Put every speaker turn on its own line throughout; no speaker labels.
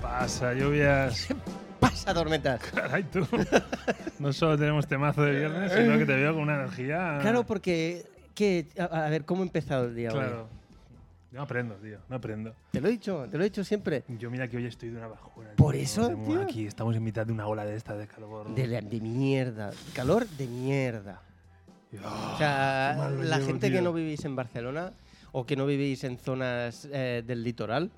Pasa lluvias.
Pasa tormentas.
Caray, tú. No solo tenemos temazo de viernes, sino que te veo con una energía.
Claro, porque. ¿qué? A, a ver, ¿cómo he empezado el día hoy?
Claro. No aprendo, tío, no aprendo.
Te lo he dicho, te lo he dicho siempre.
Yo mira que hoy estoy de una bajura. tío.
Por eso,
Tengo
tío.
Aquí estamos en mitad de una ola de esta de calor.
De, la- de mierda. Calor de mierda.
Y, ah,
O sea,
qué mal lo
la
llevo,
gente que
tío.
no vivís en Barcelona o que no vivís en zonas eh, del litoral,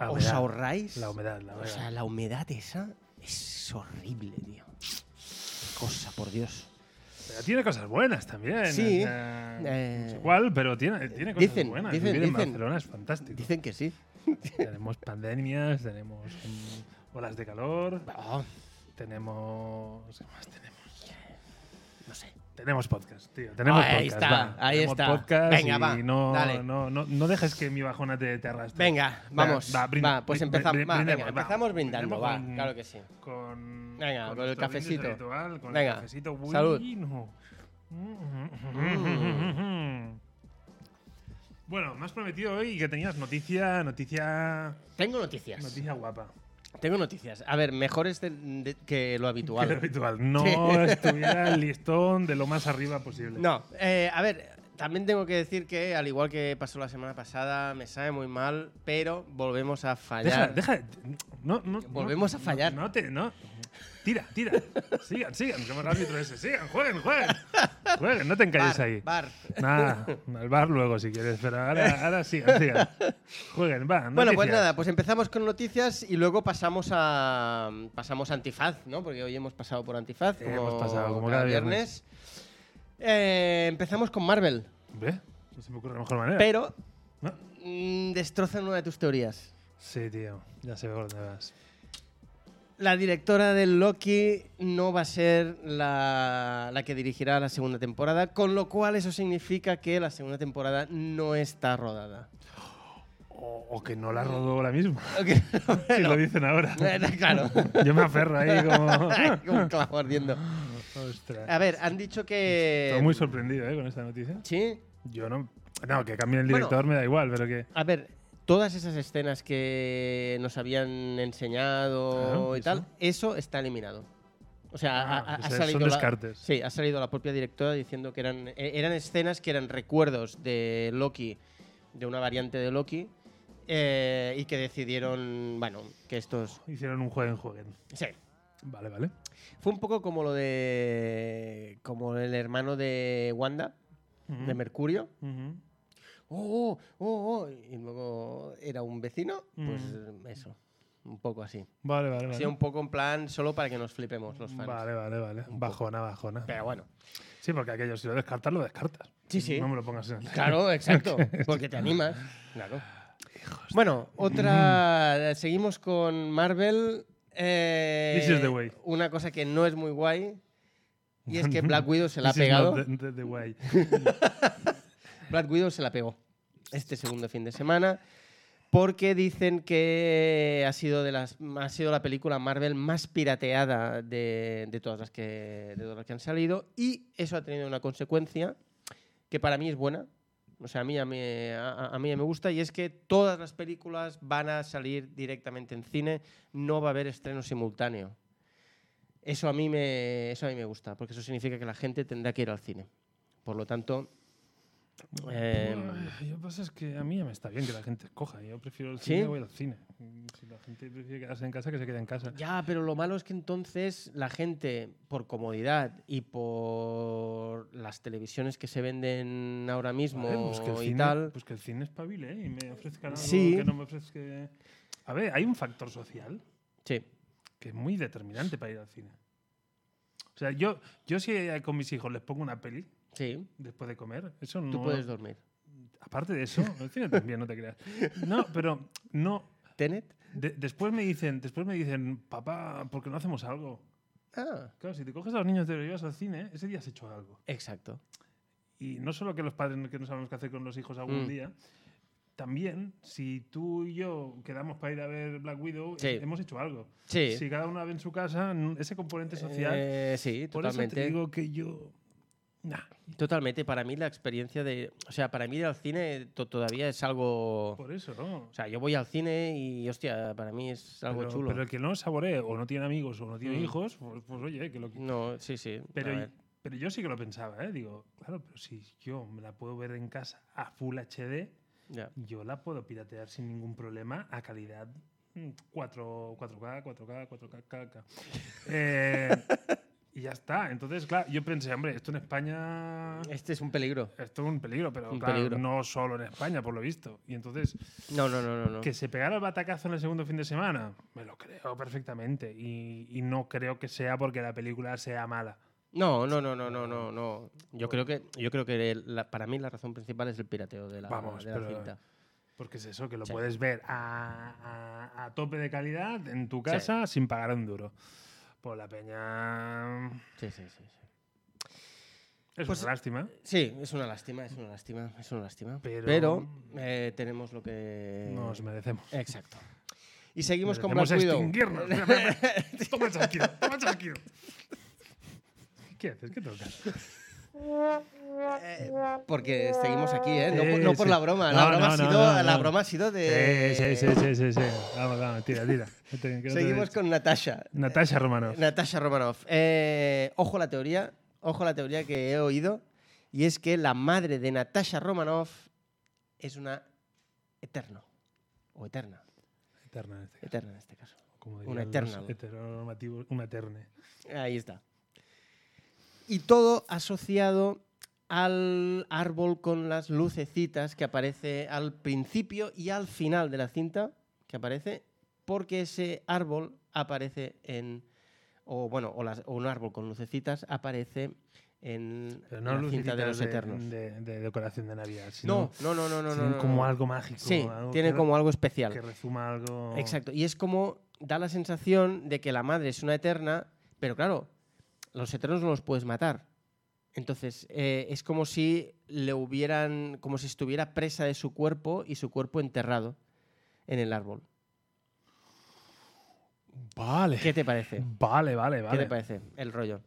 La
os
humedad,
ahorráis.
La humedad, la
O
humedad.
sea, la humedad esa es horrible, tío. Cosa, por Dios.
Pero tiene cosas buenas también.
Sí,
o sea,
eh,
no sé cuál, pero tiene, eh, tiene cosas
dicen,
buenas.
dicen,
Vivir en
dicen.
Barcelona es fantástico.
Dicen que sí.
Tenemos pandemias, tenemos mm, olas de calor,
Ah,
tenemos. ¿Qué más tenemos?
no sé.
Tenemos podcast, tío. Tenemos
Ahí
podcast.
está,
va.
ahí
Tenemos
está.
podcast
Venga,
y
va,
No,
dale.
No, no, no dejes que mi bajona te, te arrastre.
Venga, vamos.
va,
Va,
brinda-
pues
brin-
empezamos.
brin-
va, venga,
brindemos, va.
empezamos brindando,
Brindemos
va.
con-
Claro que sí.
Con,
Venga, con el
nuestro brindis
cafecito.
habitual, con
Venga,
el cafecito
salud.
bueno.
Mm.
Bueno, me has prometido hoy que tenías noticia, noticia,
Tengo noticias.
noticia guapa.
Tengo noticias. A ver, mejores de- de-
Que
que lo
lo
habitual.
habitual. No estuviera el listón de lo más arriba posible.
No, eh, a ver, también tengo que decir que, al igual que pasó la semana pasada, me sabe muy mal, pero volvemos a
Deja,
fallar.
deja. No, no,
Volvemos
no,
a fallar.
No, no te. No. Tira, tira. Sigan, sigan, como el árbitro ese. Sigan, jueguen, jueguen. Jueguen, no te encalles
Bar,
ahí.
bar.
Nada, al bar luego si quieres, pero ahora, ahora sigan, sigan. Jueguen, va.
Bueno, pues
noticias.
nada, pues empezamos con noticias y luego pasamos a pasamos a Antifaz, ¿no? Porque hoy hemos pasado por Antifaz,
Eh,
como,
hemos pasado, como cada viernes.
Eh, empezamos con Marvel,
¿Ve? No se me ocurre la mejor manera.
pero
No.
mm, destrozan una de tus teorías.
Sí, tío, ya sé por dónde vas.
La directora de Loki no va a ser la, la que dirigirá la segunda temporada, con lo cual eso significa que la segunda temporada no está rodada.
O, o que no la rodó ahora mismo.
Ok,
Si
bueno,
lo dicen ahora.
eh, claro.
Yo me aferro ahí como.
Como un clavo ardiendo.
Ostras.
A ver, han dicho que.
Estoy muy sorprendido ¿eh? con esta noticia.
Sí.
Yo no. No, que cambie el
Bueno.
director me da igual, pero que.
A ver, todas esas escenas que nos habían enseñado
Claro,
y
eso.
tal, eso está eliminado. O sea,
Ah,
ha- ha,
o
ha
sea, son
salido. la-
descartes.
sí, ha salido la propia directora diciendo que eran, eh, eran escenas que eran recuerdos de Loki, de una variante de Loki, eh, y que decidieron, bueno, que estos.
Hicieron un juego en jueguen.
Sí.
Vale, vale.
Fue un poco como lo de. como el hermano de Wanda, de Mercurio.
Ujú.
oh, oh, oh, oh, y luego era un vecino, pues
Mm.
eso, un poco así.
Vale, vale,
Ha
vale.
sido un poco en plan solo para que nos flipemos los fans.
Vale, vale, vale.
poco.
Bajona, bajona.
Pero bueno,
Sí, porque aquello, si lo descartas, lo descartas.
Sí, sí.
No me lo pongas en el.
claro, exacto, porque te animas, claro. Bueno, otra, seguimos con Marvel. eh,
This is the way.
Una cosa que no es muy guay y es que Black Widow se la ha pegado.
This is not the- the- the way.
Black Widow se la pegó este segundo fin de semana porque dicen que ha sido, de las, ha sido la película Marvel más pirateada de, de todas las que, de todas las que han salido y eso ha tenido una consecuencia que para mí es buena. O sea, a mí ya me, a- a- a mí ya me gusta y es que todas las películas van a salir directamente en cine, no va a haber estreno simultáneo. Eso a mí me, eso a mí me gusta, porque eso significa que la gente tendrá que ir al cine. Por lo tanto, Eh,
Ay, Yo pasa es que a mí ya me está bien que la gente coja. Yo prefiero el
¿Sí?
cine, voy al cine. Mm, Si la gente prefiere quedarse en casa, que se quede en casa.
ya, pero lo malo es que entonces la gente, por comodidad y por las televisiones que se venden ahora mismo
Vale, pues que el
y
cine,
tal.
Pues que el cine espabile ¿eh? y me ofrezcan algo
Sí.
que no me ofrezca. A ver, hay un factor social
Sí.
que es muy determinante para ir al cine. O sea, yo, yo si eh, con mis hijos les pongo una peli
Sí,
después de comer, eso no.
tú puedes dormir.
Aparte de eso, el cine también, no te creas. No, pero no.
¿Tenet?
de- después me dicen, después me dicen, papá, ¿por qué no hacemos algo?
Ah,
Claro, si te coges a los niños y te los llevas al cine, ese día has hecho algo.
exacto.
Y no solo que los padres no- que no sabemos qué hacer con los hijos algún
Mm.
día, también si tú y yo quedamos para ir a ver Black Widow,
Sí.
eh, hemos hecho algo.
Sí.
Si cada uno la ve en su casa, n- ese componente social,
Eh, sí,
por
totalmente.
eso te digo que yo... Nah,
Totalmente. Para mí la experiencia de... O sea, para mí ir al cine to- todavía es algo...
por eso, ¿no?
O sea, yo voy al cine y, hostia, para mí es algo
pero,
chulo.
pero el que no saboree o no tiene amigos o no tiene
Mm.
hijos, pues, pues oye, que lo que...
No, sí, sí. a
Pero,
ver.
pero yo sí que lo pensaba, ¿eh? Digo, claro, pero si yo me la puedo ver en casa a Full HD,
Ya.
Yo la puedo piratear sin ningún problema a calidad mm, 4, 4K, 4K, 4K, K. Eh, y ya está. Entonces, claro, yo pensé, hombre, esto en España.
Este es un peligro.
Esto es un peligro, pero
Un
claro,
peligro.
no solo en España, por lo visto. Y entonces,
No, no, no, no. no.
que se pegara el batacazo en el segundo fin de semana, me lo creo perfectamente. Y, y no creo que sea porque la película sea mala.
No, no, no, no, no, no, no. Yo creo que, yo creo que la- para mí la razón principal es el pirateo de la,
Vamos,
de la
pero- eh.
cinta.
Porque es eso, que lo
Sí.
puedes ver a, a- a tope de calidad en tu casa sin pagar un duro. Pues la peña.
Sí, sí, sí. sí.
Es
Pues-
una lástima.
Sí, es una lástima, es una lástima, es una lástima.
Pero-
Pero, eh, tenemos lo que...
Nos merecemos.
Exacto. Y eh, seguimos con Black
Merecemos
Widow.
extinguirnos. Mira, mira, mira. toma el chasquido, toma el chasquido. ¿Qué haces? ¿Qué tocas?
Porque seguimos aquí, ¿eh? No, por-
Sí,
no por
sí.
la broma. La,
No,
broma,
no,
ha
no,
sido,
no,
la
no.
broma ha sido
Sí,
de...
sí, sí, sí, sí, sí. Vamos, vamos, tira, tira. No te- que no te
Seguimos
des-
con Natasha.
Natasha Romano.
Natasha Romanoff. Eh, ojo a la teoría, ojo a la teoría que he oído, y es que la madre de Natasha Romanoff es una eterno. O eterna.
Eterna en este caso.
Eterna en este caso.
Como
Una
dirían los
eterna.
heteronormativos, una eterne.
Ahí está. Y todo asociado al árbol con las lucecitas que aparece al principio y al final de la cinta, que aparece porque ese árbol aparece en o bueno, o, las- o un árbol con lucecitas aparece en
Pero no
la cinta
lucecitas
de los
de,
eternos.
de- de decoración de Navidad, sino,
no, no, no, no, no,
sino
no, no,
como
no.
algo mágico.
Sí,
algo
tiene
que-
como algo
que
especial.
resuma algo.
Exacto. Y es como da la sensación de que la madre es una eterna, pero claro, los eternos no los puedes matar. Entonces, eh, es como si le hubieran. como si estuviera presa de su cuerpo y su cuerpo enterrado en el árbol.
Vale.
¿Qué te parece?
Vale, vale, vale.
¿Qué te parece el rollo?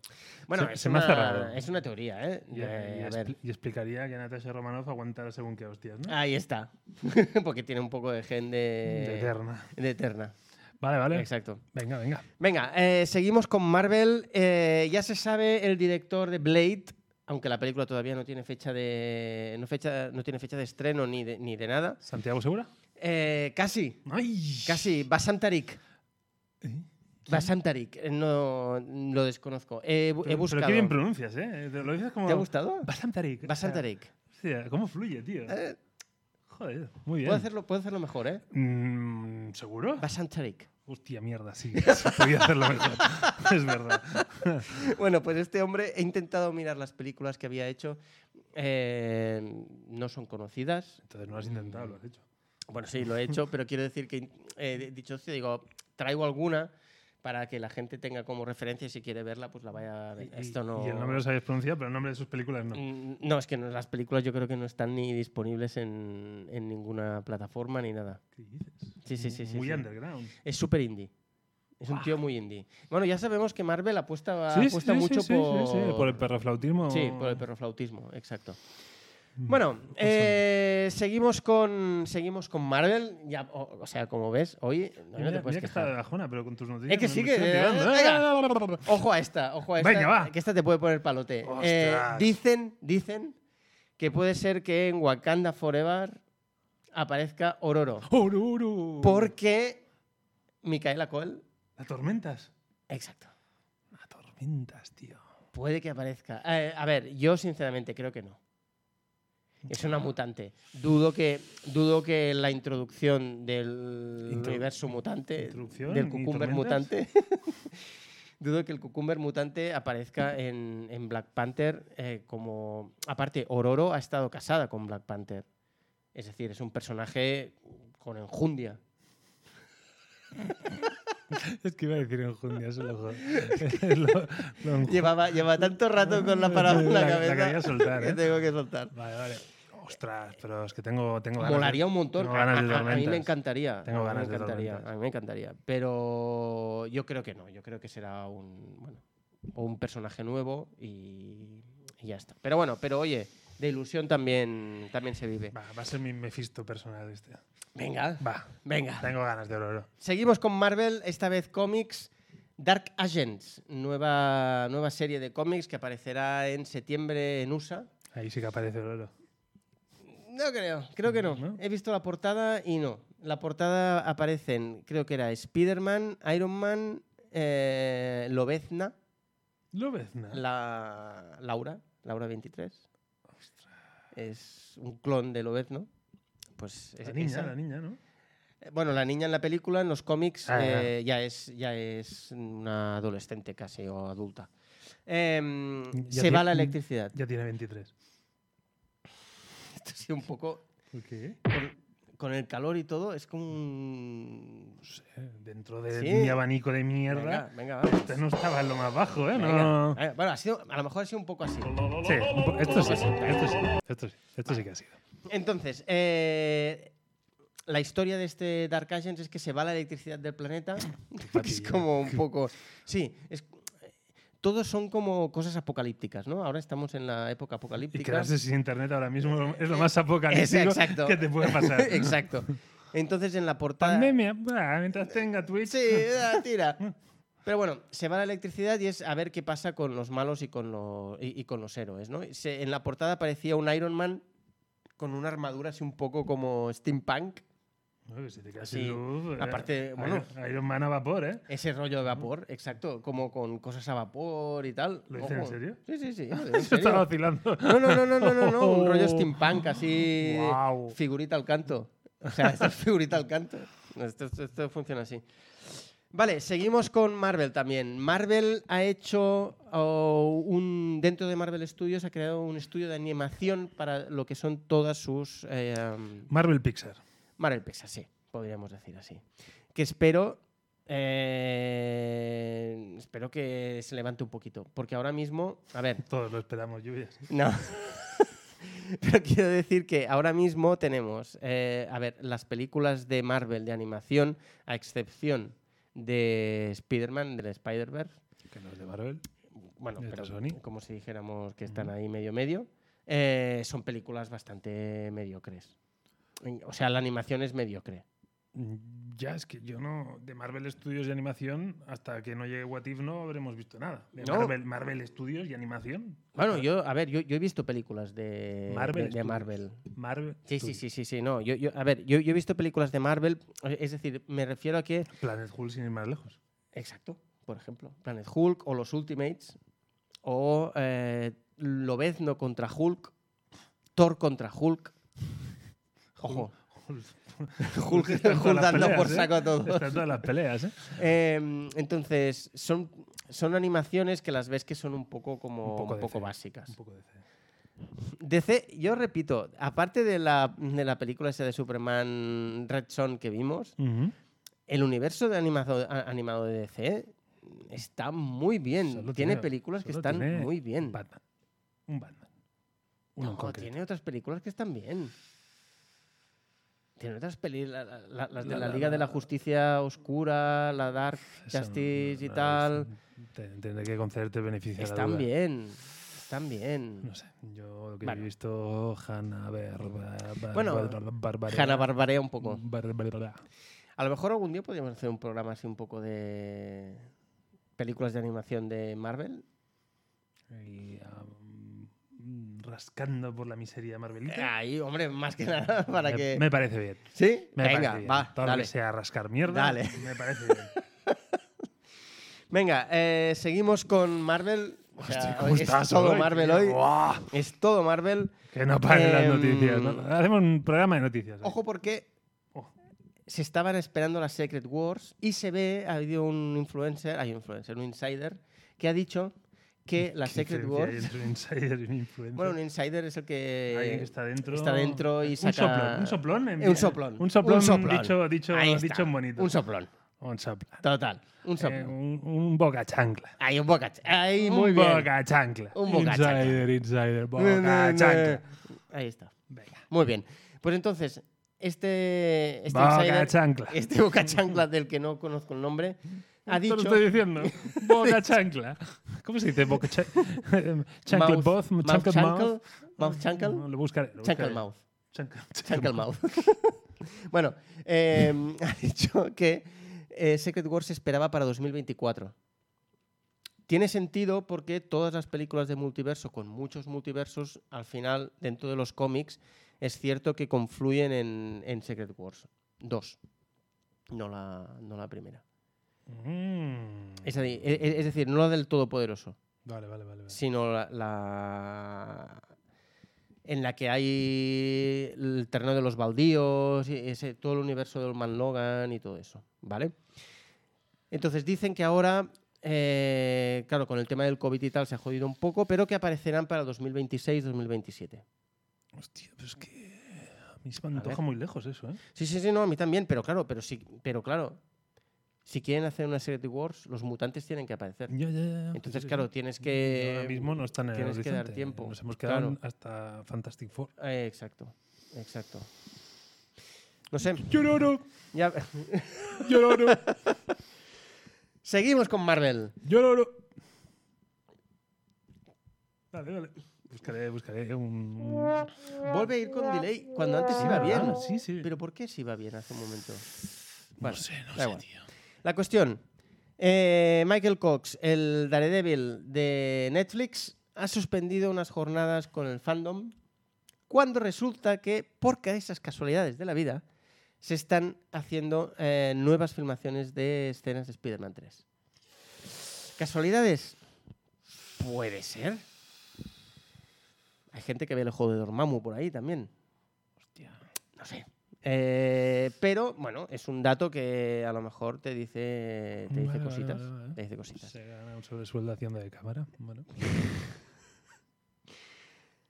Bueno,
Se-
es,
se me
una,
hace raro.
es una teoría, ¿eh?
Y,
Eh,
y
a
expli-
ver. Ah,
y explicaría que Natasha Romanoff aguantara según qué hostias, ¿no?
Ahí está. Porque tiene un poco de gen de.
De eterna.
de eterna.
Vale, vale.
eh, Exacto.
Venga, venga.
Venga, eh, seguimos con Marvel. Eh, ya se sabe el director de Blade, aunque la película todavía no tiene fecha de no, fecha, no tiene fecha de estreno ni de, ni de nada.
¿Santiago Segura?
Eh, casi,
¡Ay!
casi. Bassam Tarik.
¿Eh?
Bassam Tarik, eh, no lo desconozco. He, bu- he
Pero- Ah,
buscado.
Pero qué bien pronuncias, ¿eh? Te Lo dices como.
¿Te ha gustado?
Bassam Tarik.
Bassam
O sea,
Tarik.
hostia, ¿Cómo fluye, tío?
Eh,
Joder, muy bien.
puedo, hacerlo, puedo hacerlo mejor, ¿eh?
Mm, ¿Seguro?
Bassam Tarik.
Hostia, mierda, sí. sí, Podía hacerlo mejor. es verdad.
Bueno, pues este hombre he intentado mirar las películas que había hecho. eh, no son conocidas.
Entonces no lo has intentado, lo has hecho.
Bueno, sí, lo he hecho, pero quiero decir que, eh, de- dicho esto, digo, traigo alguna para que la gente tenga como referencia y si quiere verla, pues la vaya a ver.
Y-
Esto no...
Y el nombre lo sabías pronunciar, pero el nombre de sus películas no.
Mm, No, es que no- las películas yo creo que no están ni disponibles en, en ninguna plataforma ni nada.
¿Qué dices?
Sí, sí, sí, sí,
Muy
sí.
underground.
Es súper indie. Es un tío muy indie. Bueno, ya sabemos que Marvel apuesta,
Sí, sí,
apuesta
sí,
mucho
sí, sí,
por...
sí, sí, por el perroflautismo.
Sí, por el perroflautismo, exacto.
Mm.
Bueno, eh, seguimos, con, seguimos con Marvel. Ya, o, o sea, como ves, hoy no,
Mira,
te puedes
mira que está de
quejar.
bajona, pero con tus noticias.
Es que
me- me
sigue,
estoy
eh,
activando.
venga. Ojo a esta, ojo a esta.
Venga, va.
Que esta te puede poner palote. Eh,
Ostras.
dicen, dicen que puede ser que en Wakanda Forever aparezca Ororo.
eh. Oruru.
Porque Micaela Cole.
A tormentas.
Exacto.
A tormentas, tío.
Puede que aparezca. Eh, a ver, yo sinceramente creo que no. Es una mutante. Dudo que, dudo que la introducción del
Intro-
universo mutante,
¿Introducción
del
y
cucumber
tormentas?
mutante, dudo que el cucumber mutante aparezca en, en Black Panther eh, como... Aparte, Ororo ha estado casada con Black Panther. Es decir, es un personaje con enjundia.
Es que iba a decir enjundia, se lo jodo. Lo- lo enju-
Llevaba, lleva tanto rato con la palabra en la,
La- la
cabeza
quería soltar,
que
¿eh?
tengo que soltar.
Vale, vale. Ostras, pero es que tengo, tengo ganas. de-
Molaría un montón.
Tengo
A,
ganas de
a- a mí me
tormentas.
encantaría.
Tengo
a mí
ganas
me
de
encantaría.
tormentas.
A mí me encantaría. Pero yo creo que no. Yo creo que será un, bueno, o un personaje nuevo y, y ya está. Pero bueno, pero oye, de ilusión también, también se vive.
Va, va a ser mi Mephisto personal este.
Venga,
Va.
venga.
Tengo ganas de Ororo.
Seguimos con Marvel, esta vez cómics. Dark Agents, nueva, nueva serie de cómics que aparecerá en septiembre en USA.
Ahí sí que aparece Ororo.
No creo, creo que no.
¿No?
He visto la portada y no. La portada aparecen, creo que era Spider-Man, Iron Man, eh, Lobezna,
¿Lo ves? No.
la Laura, Laura 23. Es un clon de Lobezno. Pues es-
La niña,
esa.
la niña, ¿no?
Eh, Bueno, la niña en la película, en los cómics,
Ah,
eh, ya, es, ya es una adolescente casi o adulta. Em,
Ya
se va
tie-
la electricidad.
Ya tiene 23.
Esto ha sido un poco.
¿Por qué?
Con, con el calor y todo, es como un.
Dentro de
Sí.
mi abanico de mierda,
Venga, venga, vamos.
usted no estaba en lo más bajo, ¿eh?
Venga.
No.
Venga, Bueno, ha sido, a lo mejor ha sido un poco así.
Sí, un po- esto sí, esto sí, esto sí, esto sí que ha sido.
Entonces, eh, la historia de este Dark Agents es que se va la electricidad del planeta. es
patilla.
como un poco. Sí, es. Todos son como cosas apocalípticas, ¿no? Ahora estamos en la época
Y
apocalíptica.
quedarse sin internet ahora mismo es lo más apocalíptico
Es- Eh, exacto.
que te puede pasar.
Exacto. Entonces en la portada.
Pandemia, bah, mientras tenga Twitch.
Sí, ah, tira. Pero bueno, se va la electricidad y es a ver qué pasa con los malos y con, lo- y, y con los héroes, ¿no? Se- en la portada aparecía un Iron Man con una armadura así un poco como steampunk,
No, que si te quedas
Sí.
sin luz, eh,
Aparte, bueno.
Iron- Iron Man a vapor, ¿eh?
ese rollo de vapor, exacto, como con cosas a vapor y tal.
¿Lo dicen en serio?
Sí, sí, sí. lo digo en
Yo estaba
serio.
vacilando.
No, no, no, no, no, no, no, un rollo steampunk así,
Guau.
figurita al canto. O sea, esto es figurita al canto. Esto, esto- esto funciona así. Vale, seguimos con Marvel también. Marvel ha hecho oh, un dentro de Marvel Studios ha creado un estudio de animación para lo que son todas sus eh, um,
Marvel Pixar.
Marvel Pixar, sí, podríamos decir así. Que espero eh, espero que se levante un poquito, porque ahora mismo, a ver,
Todos lo esperamos, lluvias.
no. Pero quiero decir que ahora mismo tenemos, eh, a ver, las películas de Marvel de animación, a excepción de Spider-Man, del Spider-Verse,
Que no es de Marvel.
bueno,
¿Y de
pero
Sony?
como si dijéramos que están ahí medio medio, eh, son películas bastante mediocres. En- O sea, la animación es mediocre.
Mm, Ya, es que yo no. De Marvel Studios y animación, hasta que no llegue What If, no habremos visto nada. De
No.
Marvel, Marvel Studios y animación.
Bueno, yo, a ver, yo, yo he visto películas de
Marvel
de- de
Studios.
Marvel.
Marvel.
Sí, sí,
Studios.
sí, sí, sí, no. Yo, yo- a ver, yo, yo he visto películas de Marvel, eh, es decir, me refiero a que
Planet Hulk sin ir más lejos.
Exacto, por ejemplo. Planet Hulk o los Ultimates o eh, Lobezno contra Hulk, Thor contra Hulk. Ojo,
Hulk,
Hulk,
está en todas
Hulk
las
dando por
peleas, ¿eh?
saco a todos.
Está en todas las peleas, ¿eh?
Eh, entonces, son, son animaciones que las ves que son un poco como
Un
un
poco
poco,
de fe.
básicas.
Un poco de fe.
DC, yo repito, aparte de la, de la película esa de Superman Red Son que vimos, El universo de animazo- a- animado de DC está muy bien.
Solo
tiene,
tiene-
películas que
solo
están
tiene
muy bien.
Batman. Un Batman. Uno en
No,
concreto.
tiene otras películas que están bien. Tiene otras películas, las de
La-
la,
la-
Liga de la
la-
Justicia Oscura, la Dark
Eso no-
Justice y
no,
tal.
es- te- Tendré que concederte el beneficio de la
Están
duda.
bien, están bien.
No sé, yo lo que
Bueno.
he visto, Hanna Barba,
Bueno,
Barbara.
Hanna barbarea un
Mm.
poco.
Barbara.
A lo mejor algún día podríamos hacer un programa así un poco de películas de animación de Marvel.
Y, um, mm, rascando por la miseria marvelita.
Ahí, hombre, más que nada Ah, para
me,
que.
me parece bien.
¿Sí?
Me
Venga,
parece bien.
va,
Todo lo
dale.
que sea rascar mierda.
Dale.
Me parece bien.
Venga, eh, seguimos con Marvel. O sea,
Hostia,
hoy
¿cómo
es
estás
todo
hoy,
Marvel
tío?
hoy.
Buah,
Es todo Marvel.
que no paren las
Em,
noticias. ¿no? Hacemos un programa de noticias. ¿eh? hoy.
Ojo porque
Ojo.
se estaban esperando las Secret Wars y se ve, ha habido un influencer, hay un influencer, un insider, que ha dicho que las
Qué
Secret
diferencia hay
Wars...
Entre un insider y un influencer.
Bueno, un insider es el
Alguien
que...
que está dentro.
Eh, está dentro y saca-
Un soplón. Un soplón. en-
Eh, un soplón.
Un soplón,
Un soplón.
dicho, dicho,
Ahí está,
dicho en bonito.
Un soplón,
Un soplón.
total. Un
Eh,
soplón.
un, un boca chancla.
Ahí, un boca. Ahí,
Un
muy bien.
boca chancla.
Un boca chancla.
Insider, insider,
Ne, ne,
boca
ne.
chancla.
Ahí está.
Venga.
Muy bien. Pues entonces, este, este
Boca
insider,
chancla.
este boca chancla del que no conozco el nombre, ha
Te lo
dicho...
estoy diciendo. Boca chancla. ¿Cómo se dice? Boca cha- chancla
mouth-
both,
mouth
chancla
chankle,
mouth.
mouth chankle,
No, Lo buscaré. lo
chankle
buscaré.
mouth.
Chancla-
Chancla mouth. bueno, eh, ha dicho que eh, Secret Wars se esperaba para 2024. Tiene sentido porque todas las películas de multiverso, con muchos multiversos, al final, dentro de los cómics, es cierto que confluyen en, en Secret Wars 2, no la, no la primera.
Mm.
Es, a- e- e- es decir, no la del Todopoderoso,
Vale, vale, vale. vale.
sino la, la- en la que hay el terreno de los baldíos, y ese, todo el universo del Man Logan y todo eso, ¿vale? Entonces dicen que ahora, eh, claro, con el tema del COVID y tal se ha jodido un poco, pero que aparecerán para 2026-2027.
Hostia, pero es que a mí se me
ver.
antoja muy lejos eso, ¿eh?
Sí, sí, sí, no, a mí también, pero claro, pero sí, pero claro, si quieren hacer una serie de Wars, los mutantes tienen que aparecer.
Ya, ya, ya.
Entonces,
Sí, sí,
claro,
sí.
tienes
Y
que...
ahora mismo no están en el
tienes que dar
horizonte.
tiempo,
Nos hemos quedado
claro.
en- hasta Fantastic Four.
Eh, exacto, exacto. No sé,
Llororo,
ya...
llororo,
Seguimos con Marvel.
llororo. Vale, vale. Buscaré, buscaré un. un-
Vuelve a ir con delay cuando antes iba bien.
Ah, sí, sí.
Pero ¿por qué si iba bien hace un momento?
no
Bueno,
sé, no
da
sé,
igual.
tío.
La cuestión. Eh, Michael Cox, el Daredevil de Netflix, ha suspendido unas jornadas con el fandom cuando resulta que, por esas casualidades de la vida, se están haciendo eh, nuevas filmaciones de escenas de Spider-Man 3. ¿Casualidades? Puede ser. Hay gente que ve el juego de Dormammu por ahí también.
Hostia.
No sé. Eh, pero bueno, es un dato que a lo mejor te dice, te dice
Vale, vale,
cositas.
vale, vale.
Te dice cositas.
Se gana un sobresueldo haciendo de cámara. Bueno. pues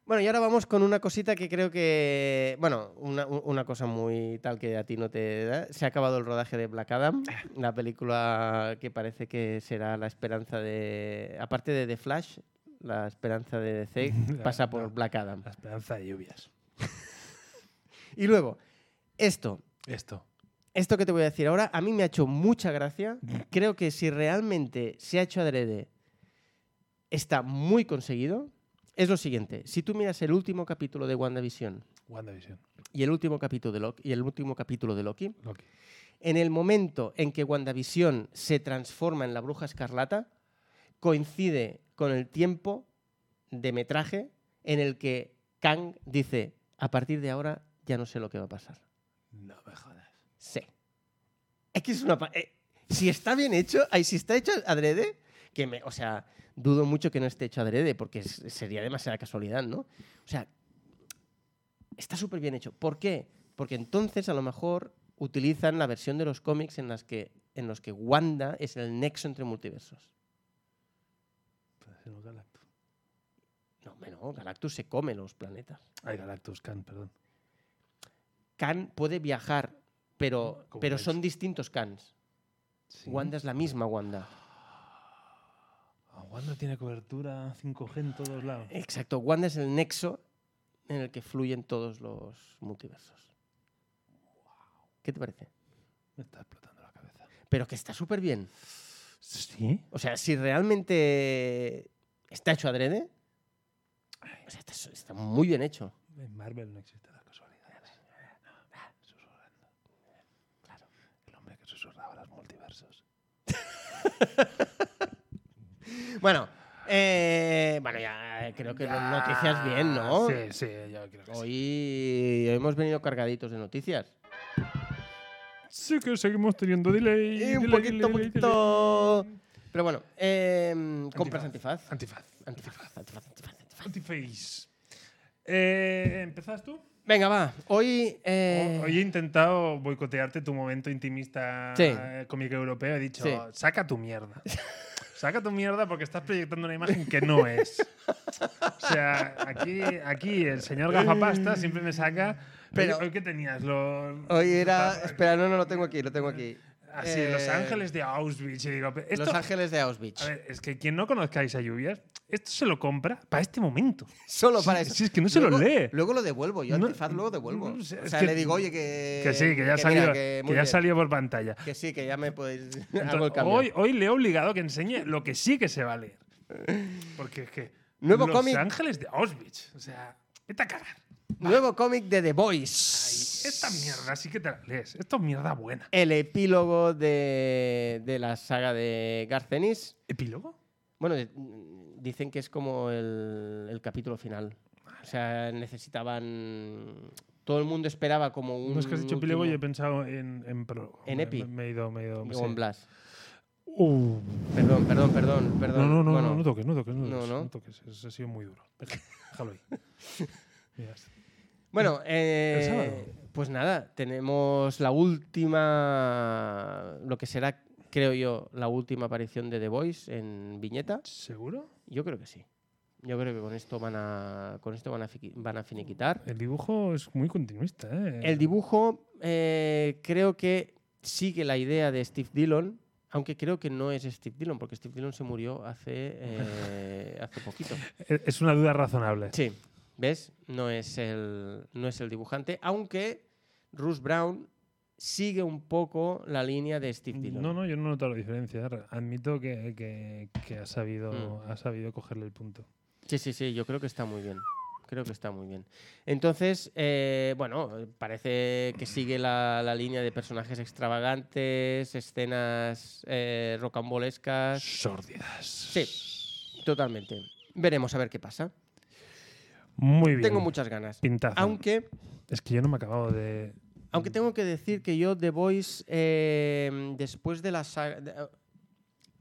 Bueno, y ahora vamos con una cosita que creo que. Bueno, una, u- una cosa muy tal que a ti no te da. Se ha acabado el rodaje de Black Adam, la película que parece que será la esperanza de. Aparte de The Flash, la esperanza de DC pasa por
No.
Black Adam.
La esperanza de lluvias.
Y luego, esto.
Esto.
Esto que te voy a decir ahora, a mí me ha hecho mucha gracia. Creo que si realmente se ha hecho adrede, está muy conseguido. Es lo siguiente, si tú miras el último capítulo de WandaVision
WandaVision.
y el último capítulo de Loki, y el último capítulo de Loki,
Loki.
en el momento en que WandaVision se transforma en la bruja escarlata, coincide con el tiempo de metraje en el que Kang dice, a partir de ahora ya no sé lo que va a pasar.
No me jodas.
Sí. Es que es una. pa- eh, si está bien hecho, ay, si está hecho adrede, que me, o sea, dudo mucho que no esté hecho adrede, porque es- sería demasiada casualidad, ¿no? O sea, está súper bien hecho. ¿Por qué? Porque entonces a lo mejor utilizan la versión de los cómics en, las que, en los que Wanda es el nexo entre multiversos.
Puede ser un Pues Galactus.
No, hombre, no, Galactus se come los planetas.
Ay, Galactus Khan, perdón.
Khan puede viajar, pero,
Como
pero
Rex.
son distintos Khans.
Sí.
Wanda es la misma Wanda.
Ah, Wanda tiene cobertura 5G en todos lados.
Exacto, Wanda es el nexo en el que fluyen todos los multiversos. ¿Qué te parece?
Me está explotando la cabeza.
Pero que está súper bien.
Sí.
O sea, si realmente está hecho adrede, o sea, está, su- está muy bien hecho.
En Marvel no existen las casualidades. Susurrando. Claro. El hombre que susurraba los multiversos.
Bueno, Eh, bueno, ya creo que
Ya,
noticias bien, ¿no?
Sí, sí, yo creo que sí.
Hoy hemos venido cargaditos de noticias.
Sí que seguimos teniendo delay.
Y un
delay,
poquito,
delay, delay,
poquito. Pero bueno, em, compras antifaz.
delay. Antifaz.
Antifaz, antifaz, antifaz, antifaz.
Antiface. Eh, ¿Empezas tú?
Venga, va. Hoy. eh,
Hoy he intentado boicotearte tu momento intimista
Sí.
eh, cómico europeo. He dicho,
Sí.
saca tu mierda. Saca tu mierda porque estás proyectando una imagen que no es. O sea, aquí, aquí el señor gafapasta siempre me saca. Pero
Pero-
hoy que tenías los.
Hoy era.
los-
Espera, no, no lo tengo aquí, lo tengo aquí.
Así,
Eh,
Ah, Los Ángeles de Auschwitz. Y digo, esto,
Los Ángeles de Auschwitz.
a ver, es que quien no conozcáis a lluvias, esto se lo compra para este momento.
Solo
Sí,
para eso.
sí, es que no se lo
Luego-
lee.
Luego lo devuelvo. Yo
No,
antifaz luego devuelvo.
no sé,
o
es
sea,
que-
le digo, oye, Eh, que.
que sí, que ya,
mira,
salió,
que,
que
muy
ya
bien,
salió por pantalla.
que sí, que ya me podéis. hago el
Entonces,
cambio.
hoy, hoy le he obligado a que enseñe lo que sí que se va a leer. Porque es que.
Nuevo
Los
cómic.
Ángeles de Auschwitz. O sea, vete a cagar.
Nuevo cómic de The
Ay,
Voice.
esta mierda sí que te la lees. Esto es mierda buena.
El epílogo de, de la saga de Garcenis.
¿Epílogo?
Bueno, de- mm, dicen que es como el, el capítulo final. O sea, necesitaban. Todo el mundo esperaba como un.
No es que has dicho epílogo y he
último-
pensado en, en prólogo.
En
Me-
epi.
Me, me he ido, me he ido.
o
sí.
en Blas.
Uh,
Perdón, perdón, perdón,
no,
perdón.
no, no,
Bueno,
no, no toques, no toques, no
No,
toques.
no.
No, toques. Eso ha sido muy duro. Deja- Déjalo ahí. Mira,
Bueno, eh,
sábado.
pues nada, tenemos la última, lo que será, creo yo, la última aparición de The Voice en Viñeta.
¿Seguro?
Yo creo que sí. Yo creo que con esto van a, con esto van a, fiqui- van a finiquitar.
El dibujo es muy continuista, ¿eh?
El dibujo eh, creo que sigue la idea de Steve Dillon, aunque creo que no es Steve Dillon, porque Steve Dillon se murió hace, eh, hace poquito.
Es es una duda razonable.
Sí, ¿ves? No es el, no es el dibujante, aunque Russ Brown sigue un poco la línea de Steve Dillon.
No, no, yo no noto la diferencia. Re- Admito que, que, que ha, sabido,
Mm.
ha sabido cogerle el punto.
Sí, sí, sí, yo creo que está muy bien. Creo que está muy bien. Entonces, eh, bueno, parece que sigue la, la línea de personajes extravagantes, escenas eh, rocambolescas.
Sórdidas.
Sí. Totalmente. Veremos a ver qué pasa.
Muy bien.
Tengo muchas ganas.
pintazo.
Aunque
Es que yo no me he acabado de.
Aunque tengo que decir que yo The Voice, eh, después de la saga... de- eh,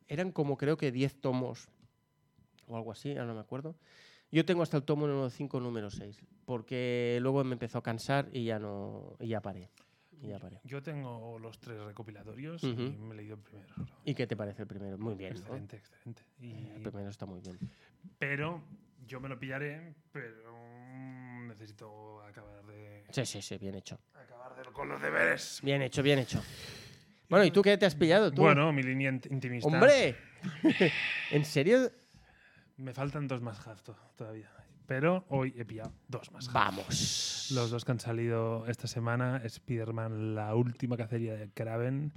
eran como creo que 10 tomos o algo así, ahora no me acuerdo. Yo tengo hasta el tomo número 5, número 6, porque luego me empezó a cansar y ya no y ya paré. Y ya paré.
Yo tengo los tres recopilatorios
Ujú.
y me he leído el primero.
¿Y qué te parece el primero? Muy bien, ¿no? Eh,
excelente, excelente. Y-
El primero está muy bien.
pero yo me lo pillaré, pero mm, necesito acabar de.
Sí, sí, sí, bien hecho.
Acabar de- con los deberes.
Bien hecho, bien hecho. Bueno, ¿y tú qué te has pillado tú?
Bueno, mi línea int- intimista.
¡Hombre! ¿En serio?
Me faltan dos más half to- todavía. Pero hoy he pillado dos más half.
Vamos.
Los dos que han salido esta semana, Spider-Man, la última cacería de Kraven.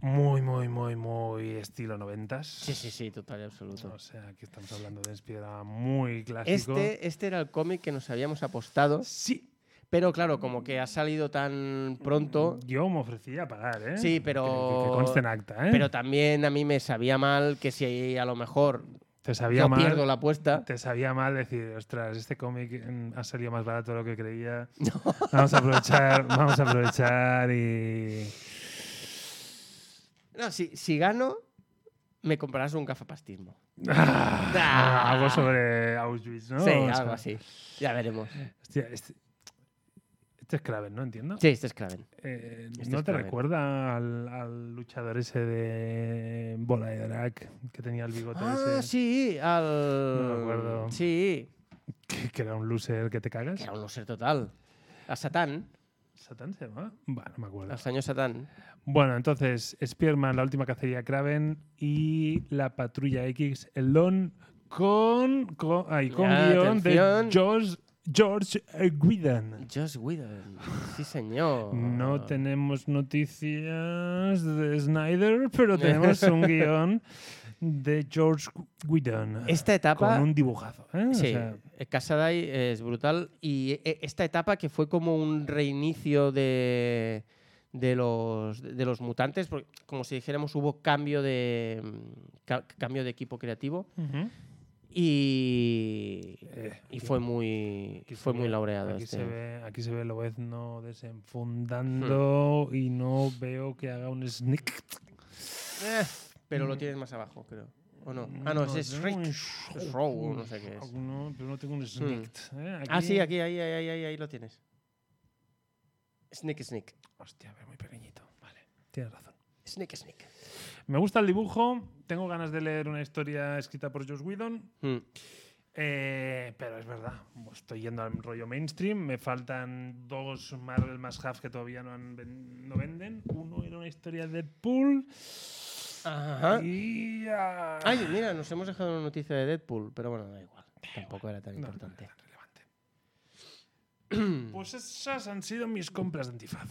Muy, muy, muy, muy estilo noventas.
Sí, sí, sí, total y absoluto.
O sea, aquí estamos hablando de un Spider-Man muy clásico.
Este, este era el cómic que nos habíamos apostado,
Sí.
pero claro, como que ha salido tan pronto,
Yo me ofrecía a parar, ¿eh?
Sí, pero-
Que, que- que conste en acta, ¿eh?
pero también a mí me sabía mal que si a lo mejor
te sabía
yo
mal.
pierdo la apuesta,
Te sabía mal decir, ostras, este cómic mm, ha salido más barato de lo que creía. Vamos a aprovechar, vamos a aprovechar y.
no, si, si gano, me comprarás un gafapastismo.
Ah,
Ah.
algo sobre Auschwitz, ¿no?
sí,
O sea,
algo así. Ya veremos.
Hostia, este, este es Kraven, ¿no? Entiendo.
Sí, este es Kraven.
Eh,
Este
¿No
es
te
Kraven.
recuerda al, al luchador ese de Bola de Drag que tenía el bigote
Ah,
ese?
sí, al...
No me acuerdo.
Sí,
Que, que era un loser que te cagas.
que era un loser total. A Satán,
¿Satán se llamaba? Bueno, no me acuerdo.
al señor Satán.
Bueno, entonces, Spearman, la última cacería Kraven y la patrulla X, el Don, con, con, ay, con
Ya,
guión
atención.
de George, George Whedon.
Josh Whedon. Sí, señor.
No tenemos noticias de Snyder, pero tenemos un guión de George Whedon.
Esta etapa...
Con un dibujazo. ¿eh? O
Sí,
sea,
eh, Casaday eh, es brutal. Y eh, esta etapa que fue como un reinicio de, de los, de los mutantes, porque, como si dijéramos hubo cambio de, mm, ca- cambio de equipo creativo
Ujú.
y,
Eh,
y fue muy,
Aquí se
fue muy
ve-
laureado.
Aquí,
este.
se ve, aquí se ve Lobezno desenfundando
Hmm.
y no veo que haga un sneak.
Eh, pero lo tienes más abajo, creo. ¿O no? Ah, no, ese es
tengo Mm. un
Shrek.
shock,
es Row, o
un
no sé qué
shock,
es. Hmm.
no, pero no tengo un sneak. ¿eh?
Ah, sí, aquí, ahí, ahí, ahí, ahí, ahí lo tienes. Sneak, sneak.
Hostia, es muy pequeñito. Vale, tienes razón.
Sneak, sneak.
Me gusta el dibujo. Tengo ganas de leer una historia escrita por Josh Whedon.
Mm.
Eh, pero es verdad, estoy yendo al rollo mainstream. Me faltan dos Marvel más Half que todavía no, han ven- no venden. Uno era una historia de Deadpool.
Ajá.
Y. ah,
Ay, mira, nos hemos dejado una noticia de Deadpool, pero bueno, da igual. Tampoco era tan
no, no era
importante.
tan relevante. pues esas han sido mis compras de antifaz.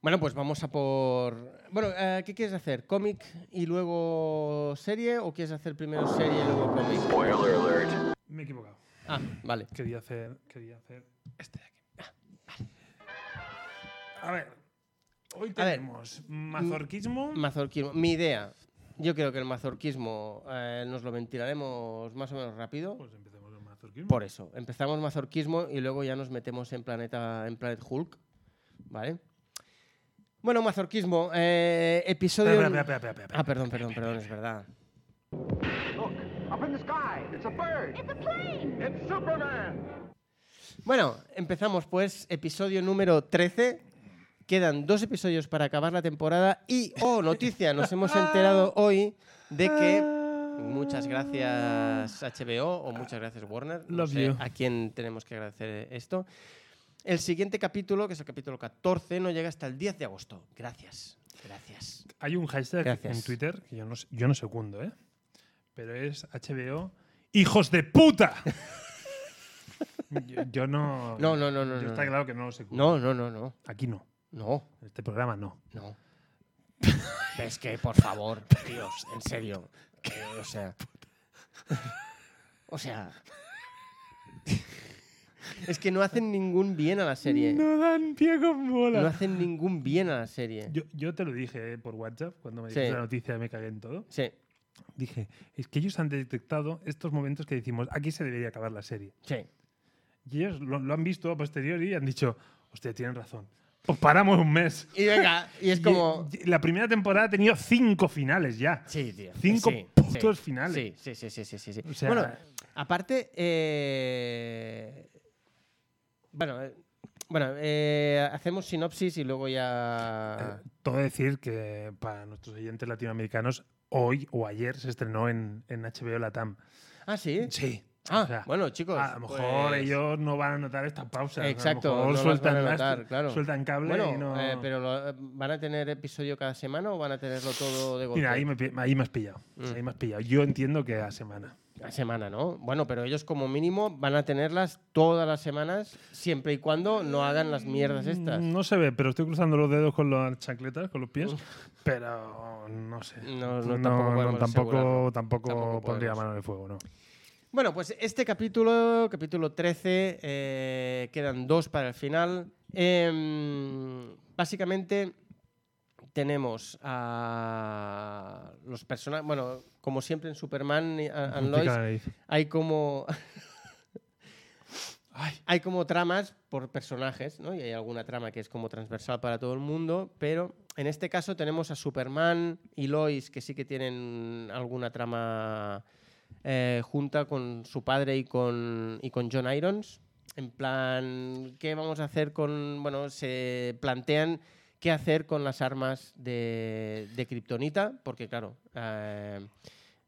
Bueno, pues vamos a por. Bueno, eh, ¿qué quieres hacer? ¿Cómic y luego serie? ¿O quieres hacer primero serie y luego cómic?
Me he equivocado.
Ah, vale.
Quería hacer, quería hacer este de aquí. A ver, hoy
A ver. mm,
tenemos mazorquismo.
Mazorquismo. Mi idea. Yo creo que el mazorquismo eh, nos lo ventilaremos más o menos rápido.
pues empecemos con mazorquismo.
Por eso, empezamos mazorquismo y luego ya nos metemos en planeta en Planet Hulk, ¿vale? Bueno, mazorquismo, eh, episodio
Espera, espera, espera, espera, espera, espera.
Ah, perdón, perdón, perdón, es verdad.
Look, up in the sky. It's a bird. It's a plane. It's Superman.
Bueno, empezamos pues episodio número 13. Quedan dos episodios para acabar la temporada y oh, noticia, nos hemos enterado hoy de que muchas gracias HBO o muchas gracias Warner, no
Love
sé
you.
a quién tenemos que agradecer esto. El siguiente capítulo, que es el capítulo 14, no llega hasta el 10 de agosto. Gracias. Gracias.
Hay un hashtag
Gracias.
en Twitter que yo no, sé- yo no secundo, ¿eh? Pero es HBO ¡Hijos de puta! yo, yo no.
No, no, no, no.
yo
No,
está claro que no lo secundo.
no, no, no. No,
Aquí no.
no.
En este programa no.
no. es que, por favor, Dios, en serio. Eh, o sea. o sea. es que no hacen ningún bien a la serie. No,
dan pie con bola.
hacen ningún bien a la serie.
Yo, yo te lo dije eh, por WhatsApp cuando me
Sí.
dijiste la noticia me cagué en todo.
Sí,
Dije, es que ellos han detectado estos momentos que decimos, aquí se debería acabar la serie.
sí.
Y ellos lo, lo han visto a posteriori y han dicho, hostia, tienen razón. Pues paramos un mes.
Y venga, y es
Y- e,
como.
y la primera temporada ha tenido cinco finales ya.
Sí, tío. pues
Cinco
Sí,
putos
sí,
finales.
Sí, sí, sí, sí, sí, sí.
O sea-
bueno, aparte, eh, bueno, eh, bueno, eh, hacemos sinopsis y luego ya.
Eh, todo decir que para nuestros oyentes latinoamericanos, hoy o ayer se estrenó en, en HBO Latam.
Ah, sí.
Sí.
Ah,
O sea,
bueno, chicos.
a lo mejor
pues-
ellos no van a notar estas pausas.
Exacto,
A lo
no
mejor
las
sueltan,
van a
las-
notar, claro.
sueltan cable
Bueno,
y no.
eh, pero lo- eh, ¿van a tener episodio cada semana o van a tenerlo todo de golpe?
Mira, ahí me, pi- ahí me has pillado.
Mm.
Ahí me has pillado. Yo entiendo que a semana.
Cada semana, ¿no? Bueno, pero ellos como mínimo van a tenerlas todas las semanas, siempre y cuando no hagan las mierdas estas.
No se ve, pero estoy cruzando los dedos con las chancletas, con los pies. Pero no sé.
No, no, tampoco podemos
tampoco,
asegurarlo.
tampoco
Tampoco
pondría
podemos.
mano en el fuego, no.
Bueno, pues este capítulo, capítulo 13, eh, quedan dos para el final. Em, básicamente tenemos a los personajes, bueno, como siempre en Superman y a-
Me
and
pica
Lois,
la nariz.
hay como... Hay como tramas por personajes, ¿no? Y hay alguna trama que es como transversal para todo el mundo, pero en este caso tenemos a Superman y Lois que sí que tienen alguna trama eh, junta con su padre y con, y con John Irons. En plan, ¿qué vamos a hacer con...? Bueno, se plantean qué hacer con las armas de, de Kryptonita, porque claro, eh,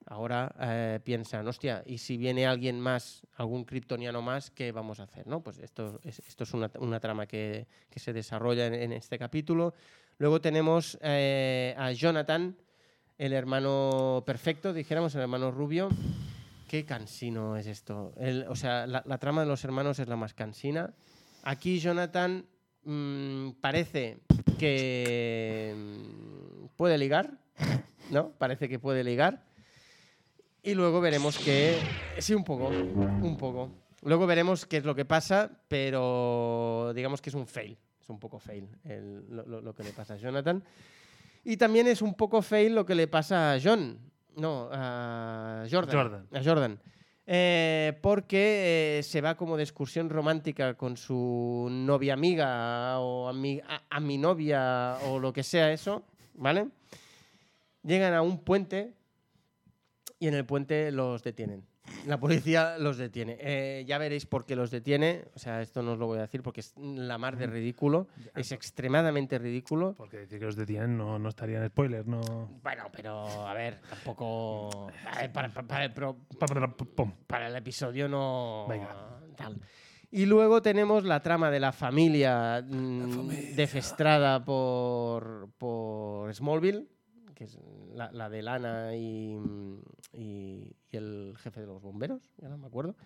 ahora eh, piensan, hostia, ¿y si viene alguien más, algún kryptoniano más, qué vamos a hacer? ¿no? Pues esto es, esto es una, una trama que, que se desarrolla en, en este capítulo. Luego tenemos eh, a Jonathan, el hermano perfecto, dijéramos, el hermano rubio. Qué cansino es esto. El- o sea, la, la trama de los hermanos es la más cansina. Aquí Jonathan mm, parece que mm, puede ligar, ¿no? Parece que puede ligar. Y luego veremos que... Sí, un poco, un poco. Luego veremos qué es lo que pasa, pero digamos que es un fail. Es Es un poco fail el- lo, lo- lo que le pasa a Jonathan. Y también es un poco fail lo que le pasa a John. No, a Jordan.
Jordan.
A Jordan. Eh, porque eh, se va como de excursión romántica con su novia amiga o a mi, a- a mi novia o lo que sea eso, ¿vale? Llegan a un puente y en el puente los detienen. La policía los detiene. Eh, ya veréis por qué los detiene. O sea, esto no os lo voy a decir porque es la mar de ridículo. Es extremadamente ridículo.
Porque decir que los detienen no, no estaría en spoiler, no.
Bueno, pero a ver, tampoco. a ver, para- para- para el pro-
Pa, pa, pa, pom.
para el episodio no.
Venga.
tal. Y luego tenemos la trama de la familia, mm, defestrada por, por Smallville, que es la, la de Lana y, y- y el jefe de los bomberos, ya no me acuerdo.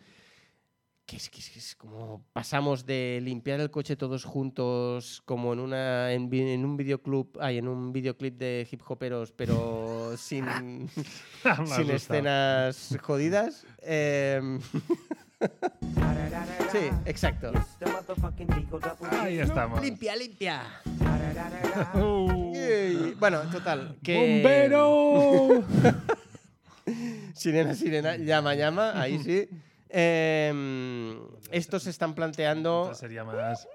Que es, que es- que es como pasamos de limpiar el coche todos juntos, como en, una, en, vi- en un videoclub, ay, en un videoclip de hip hoperos, pero sin,
Me ha
sin
asustado.
escenas jodidas. em, sí, exacto.
Ahí estamos.
Limpia, limpia.
Uh,
Yay. Bueno, total. Que
¡Bombero!
Sirena, sirena, llama, llama, ahí sí. Em, estos se están planteando.
Entonces sería más.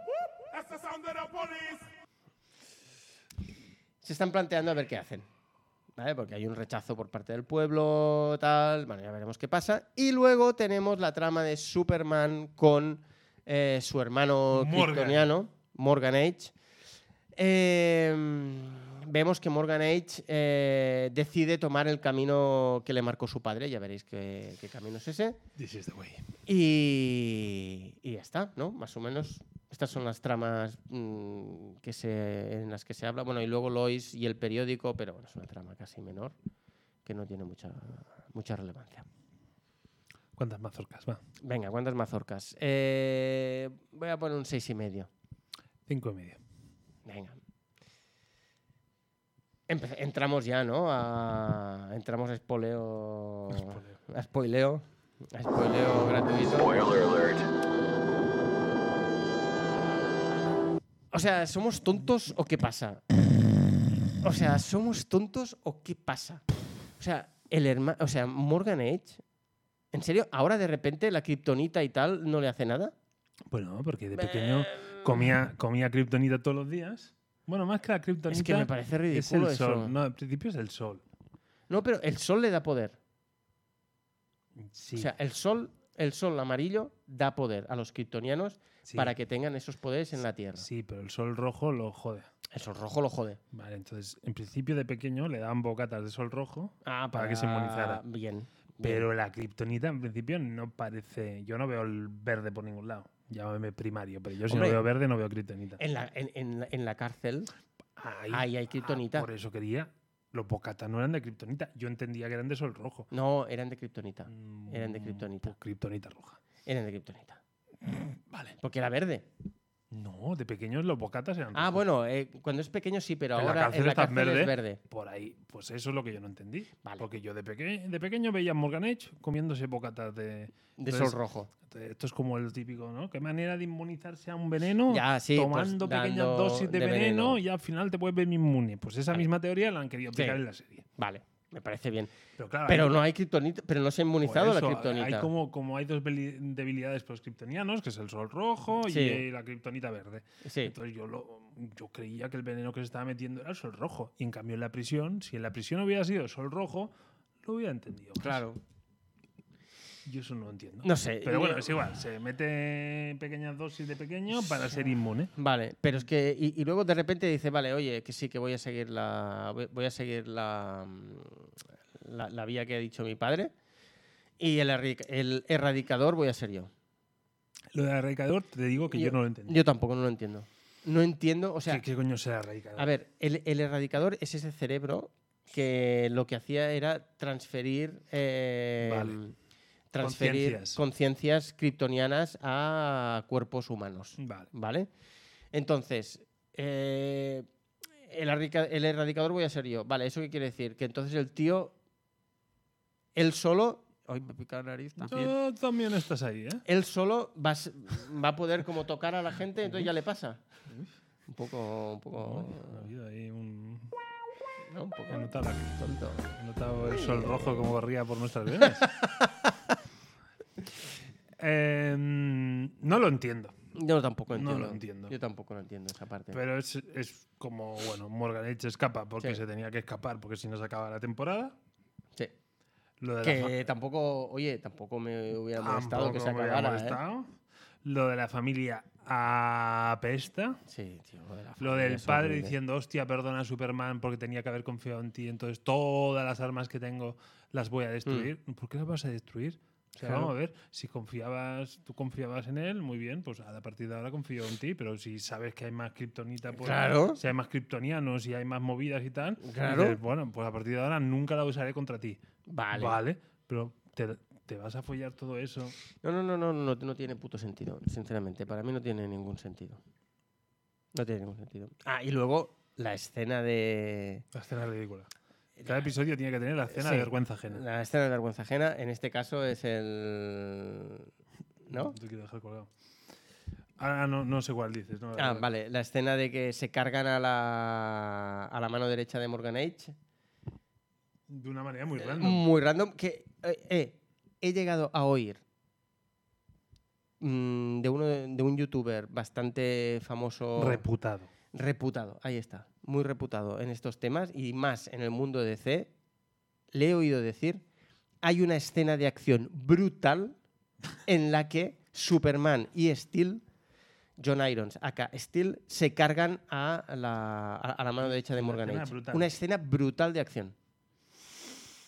Se están planteando a ver qué hacen. ¿Vale? Porque hay un rechazo por parte del pueblo, tal. Bueno, ya veremos qué pasa. Y luego tenemos la trama de Superman con eh, su hermano
Morgan.
kryptoniano, Morgan Age. Eh, vemos que Morgan Age eh, decide tomar el camino que le marcó su padre. Ya veréis qué, qué camino es ese.
This is the way.
Y, y ya está, ¿no? Más o menos. Estas son las tramas mm, que se, en las que se habla. Bueno, y luego Lois y el periódico, pero bueno, es una trama casi menor que no tiene mucha, mucha relevancia.
¿Cuántas mazorcas? Va.
Venga, ¿cuántas mazorcas? Eh, voy a poner un seis y medio.
Cinco y medio.
Venga. Empe- entramos ya, ¿no? A- entramos a espoleo. A spoileo. A spoileo gratuito.
Spoiler alert.
O sea, ¿somos tontos o qué pasa? O sea, ¿somos tontos o qué pasa? O sea, el hermano. O sea, Morgan Edge. ¿En serio? ¿Ahora de repente la kriptonita y tal no le hace nada?
Bueno, porque de pequeño comía, comía kriptonita todos los días. Bueno, más que la kriptonita.
Es que me parece
es
ridículo
el
eso.
sol. No, al principio es el sol.
No, pero el sol le da poder.
Sí.
O sea, el sol, el sol amarillo da poder a los kriptonianos
sí,
para que tengan esos poderes en la Tierra.
Sí, pero el sol rojo lo jode.
El sol rojo lo jode.
Vale, entonces, en principio de pequeño le daban bocatas de sol rojo.
Ah,
para que se inmunizara.
Bien. bien.
Pero la kriptonita en principio no parece. Yo no veo el verde por ningún lado. Llámame primario, pero yo si
Hombre. Eh,
no veo verde no veo kriptonita.
En la, en- en la- en la cárcel.
Ahí,
ahí hay
ah,
kriptonita.
por eso quería. Los bocatas no eran de kriptonita. Yo entendía que eran de sol rojo.
No, eran de kriptonita. Eran de
Mm,
kriptonita.
pues kriptonita roja.
Eran de kriptonita.
Vale.
Porque era verde.
No, de pequeños los bocatas eran
Ah,
rojos.
bueno, eh, cuando es pequeño sí, pero
En la
ahora
cárcel
en la
está
cárcel es
verde.
verde.
Por ahí, pues eso es lo que yo no entendí.
Vale.
Porque yo de, peque- de pequeño veía a Morgan Edge comiéndose bocatas de,
De
Entonces,
sol rojo.
Esto es como el típico, ¿no? ¿Qué manera de inmunizarse a un veneno?
Ya, sí, pues,
tomando pequeñas
dando
dosis de,
de
veneno,
veneno.
y al final te vuelven inmune. Pues esa
Vale.
misma teoría la han querido
Sí.
aplicar en la serie.
Vale, me parece bien.
Pero claro,
Pero
Ah, hay-
no hay kriptonita, pero no se ha
por
inmunizado
eso,
la kriptonita.
Hay como, como hay dos veli- debilidades para los kriptonianos, que es el sol rojo
Sí.
y la kriptonita verde.
Sí.
Entonces yo lo, yo creía que el veneno que se estaba metiendo era el sol rojo. Y en cambio en la prisión, si en la prisión hubiera sido el sol rojo, lo hubiera entendido. más.
Claro.
Yo eso no lo entiendo.
No sé. eh,
Pero bueno,
yo-
es igual, se mete pequeñas dosis de pequeño para ser inmune.
Vale, pero es que. Y, y luego de repente dice, vale, oye, que sí, que voy a seguir la. Voy, voy a seguir la, mm, la. la vía que ha dicho mi padre. Y el, erri- el erradicador voy a ser yo.
Lo del erradicador, te digo que yo, no lo entendí.
Yo tampoco no lo entiendo. No entiendo, o sea.
¿Qué, qué coño será erradicador?
A ver, el, el erradicador es ese cerebro que lo que hacía era transferir. eh,
Vale.
Transferir
Conciencias.
conciencias kryptonianas a cuerpos humanos.
Vale.
¿Vale? Entonces, eh, el, erradica- el erradicador voy a ser yo. Vale, ¿eso qué quiere decir? Que entonces el tío, él solo. Ay, me pica la nariz también.
Tú también estás ahí, ¿eh?
Él solo va a, s- va a poder como tocar a la gente, entonces ya le pasa. Un poco. Un poco.
Ha habido ahí un.
¿no? Un poco
He notado, la-
tonto.
he notado el sol rojo como corría por nuestras venas. Em, no lo entiendo.
Yo tampoco
No lo
entiendo.
entiendo.
Yo tampoco lo entiendo esa parte.
Pero es, es como, bueno, Morgan Edge se escapa porque
Sí.
se tenía que escapar, porque si no se acaba la temporada.
Sí.
Lo de la
Que tampoco, oye, tampoco me hubiera
fa-
molestado que se
tampoco me había
acabara. ¿eh?
molestado. Lo de la familia apesta.
Sí, tío. Lo, de la
Lo
familia
del
es
padre
horrible.
diciendo, hostia, perdona Superman porque tenía que haber confiado en ti, entonces todas las armas que tengo las voy a destruir. ¿Por qué las vas a destruir? O sea,
Hmm. Claro.
vamos a ver, si confiabas, tú confiabas en él, muy bien, pues a partir de ahora confío en ti, pero si sabes que hay más kriptonita, pues,
Claro.
si hay más kriptonianos, si hay más movidas y tal,
Claro.
dices, bueno, pues a partir de ahora nunca la usaré contra ti.
Vale.
pero te, te vas a follar todo eso.
No, no, no, no, no, no tiene puto sentido, sinceramente. Para mí no tiene ningún sentido. No tiene ningún sentido. Ah, y luego la escena de.
La escena es ridícula. Cada episodio tiene que tener la escena de
Sí.
vergüenza ajena.
La escena de vergüenza ajena, en este caso es el. ¿No?
Te quiero dejar colgado. Ahora no, no sé cuál dices. no, la
Ah,
verdad.
vale, la escena de que se cargan a la, a la mano derecha de Morgan Age.
De una manera
Mm.
muy random.
Muy random. Que eh, eh, he llegado a oír mm, de, uno, de de un youtuber bastante famoso.
Reputado.
reputado, ahí está, muy reputado en estos temas y más en el mundo de DC, le he oído decir, hay una escena de acción brutal en la que Superman y Steel, John Irons, acá Steel, se cargan a la, a- a la mano derecha de
Una
Morgan
escena
Edge.
brutal.
Una escena brutal de acción.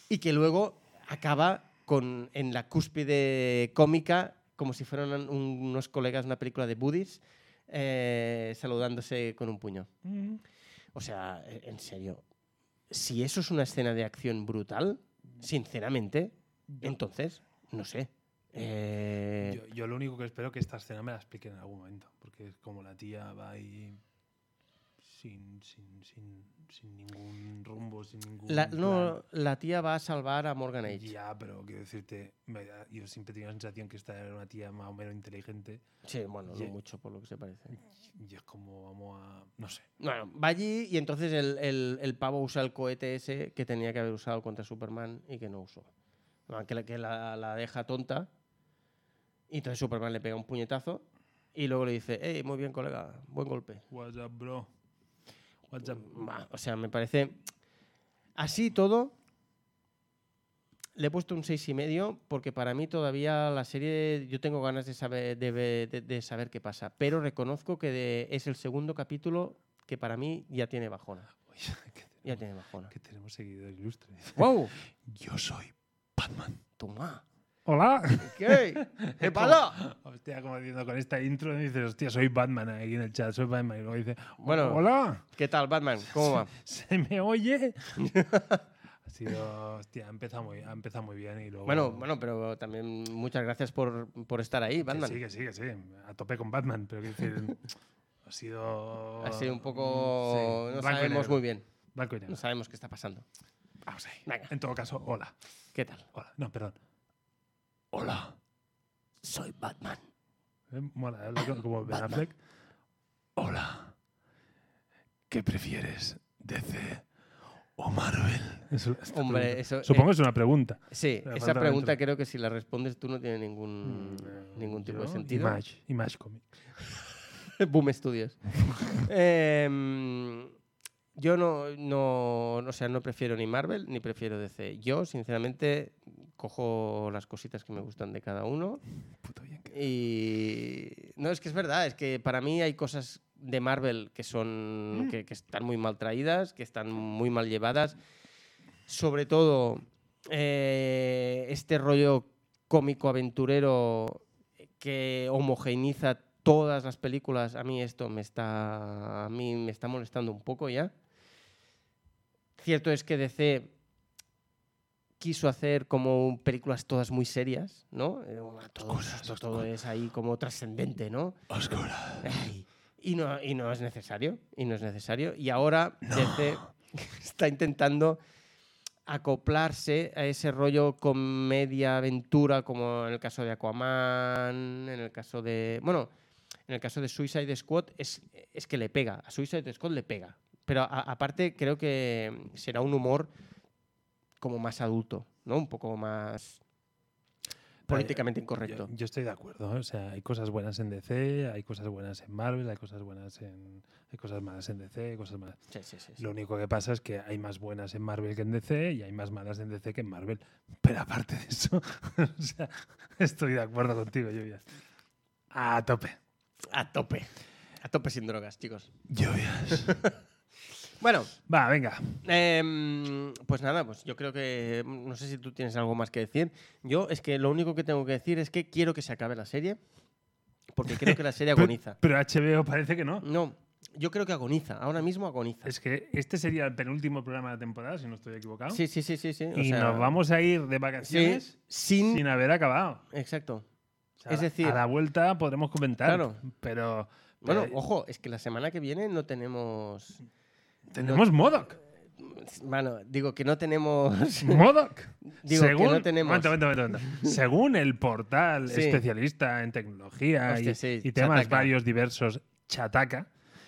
Y que luego acaba con, en la cúspide cómica, como si fueran un- unos colegas de una película de buddies, eh, saludándose con un puño.
Mm.
O sea, e- en serio, si eso es una escena de acción brutal, sinceramente, entonces, no sé. Eh,
Yo, yo lo único que espero es que esta escena me la expliquen en algún momento. Porque es como la tía va ahí sin, sin, sin, sin ningún rumbo, sin ningún.
la,
plan.
no, la tía va a salvar a Morgan Edge.
Ya, pero quiero decirte, me da- yo siempre tenía la sensación que esta era una tía más o menos inteligente.
Sí, bueno,
Ya.
no mucho por lo que se parece.
Y es como vamos a. No sé.
Bueno, va allí y entonces el, el- el pavo usa el cohete ese que tenía que haber usado contra Superman y que no usó. Ah, Que, la, que la- la deja tonta. Y entonces Superman le pega un puñetazo y luego le dice, hey, muy bien, colega, buen golpe.
What's up, bro? What's up?
Bah, O sea, me parece. Así y todo. Le he puesto un seis y medio porque para mí todavía la serie yo tengo ganas de saber, de, ve- de- de saber qué pasa, pero reconozco que de- es el segundo capítulo que para mí ya tiene bajona,
Oye, que,
ya
tenemos,
tiene bajona.
que tenemos seguidores ilustres.
¡Wow!
Yo soy Batman.
Toma.
Hola.
¿Qué? ¿Qué palo?
Hostia, como diciendo con esta intro, dices, hostia, soy Batman ahí en el chat, soy Batman. Y luego dice,
Bueno.
hola,
¿Qué tal, Batman? ¿Cómo va?
¿se me oye? ha sido, hostia, ha empezado muy, ha empezado muy bien y luego...
Bueno, bueno, pero también muchas gracias por, por estar ahí,
que
Batman.
Sí, que sí, que sí, a tope con Batman, pero quiero decir, ha sido...
Ha sido un
mm,
poco.
sí,
No
blanco y
sabemos
negro,
muy bien.
Blanco y
No
negro.
sabemos qué está pasando.
Vamos ahí.
Venga.
En todo caso, hola,
¿Qué tal?
hola, no, perdón. Hola.
Soy Batman.
Eh, Mola, habla co- como Ben Affleck. Hola. ¿Qué prefieres, DC o Marvel?
Hombre,
este
eso- eh,
Supongo que es una pregunta.
Sí,
Pero
esa
falta
pregunta
dentro.
creo que si la respondes tú no tiene ningún, mm, ningún tipo de
Mm, Yo,
sentido.
Image, Image Comic.
Boom Studios. Em, yo no, no, o sea, no prefiero ni Marvel ni prefiero DC. Yo, sinceramente, cojo las cositas que me gustan de cada uno.
Puto bien que-
Y no, es que es verdad, es que para mí hay cosas de Marvel que son que, que están muy mal traídas, que están muy mal llevadas. Sobre todo eh, este rollo cómico aventurero que homogeneiza todas las películas, a mí esto me está a mí me está molestando un poco ya. Cierto es que DC quiso hacer como un- películas todas muy serias, ¿no? Eh, una- Todo, esto todo es ahí como trascendente, ¿no? Ay, Y no, y no es necesario, y no es necesario. Y ahora DC está intentando acoplarse a ese rollo comedia-aventura, como en el caso de Aquaman, en el caso de... Bueno, En el caso de Suicide Squad es, es que le pega, a Suicide Squad le pega. Pero a- aparte creo que será un humor como más adulto, ¿no? Un poco más políticamente incorrecto.
Yo, yo estoy de acuerdo. ¿eh? O sea, hay cosas buenas en DC, hay cosas buenas en Marvel, hay cosas buenas en. Hay cosas malas en DC, hay cosas malas.
Sí, sí, sí, sí.
Lo único que pasa es que hay más buenas en Marvel que en DC y hay más malas en DC que en Marvel. Pero aparte de eso, o sea, estoy de acuerdo contigo, Lluvias. A tope.
A tope. A tope sin drogas, chicos.
Lluvias.
Bueno,
Va, venga.
Em, pues nada, pues yo creo que no sé si tú tienes algo más que decir. Yo es que lo único que tengo que decir es que quiero que se acabe la serie porque creo que la serie
Pero-
agoniza.
Pero HBO parece que no.
No, yo creo que agoniza, ahora mismo agoniza.
Es que este sería el penúltimo programa de la temporada, si no estoy equivocado.
Sí, sí, sí, sí, sí. o
y
sea,
nos vamos a ir de
sí,
vacaciones
sin,
sin haber acabado.
exacto.
O sea,
Es
a la-
decir-
a la vuelta podremos comentar.
Claro.
Pero,
Bueno,
pero
ojo, es que la semana que viene no tenemos
tenemos Modoc.
bueno, digo que no tenemos
Modoc.
Digo que
Según, Ah,
no tenemos.
Momento, momento, momento, momento. Según el portal
Sí.
especialista en tecnología
Hostia,
y,
sí,
y temas
Chataca.
varios diversos, Chataca,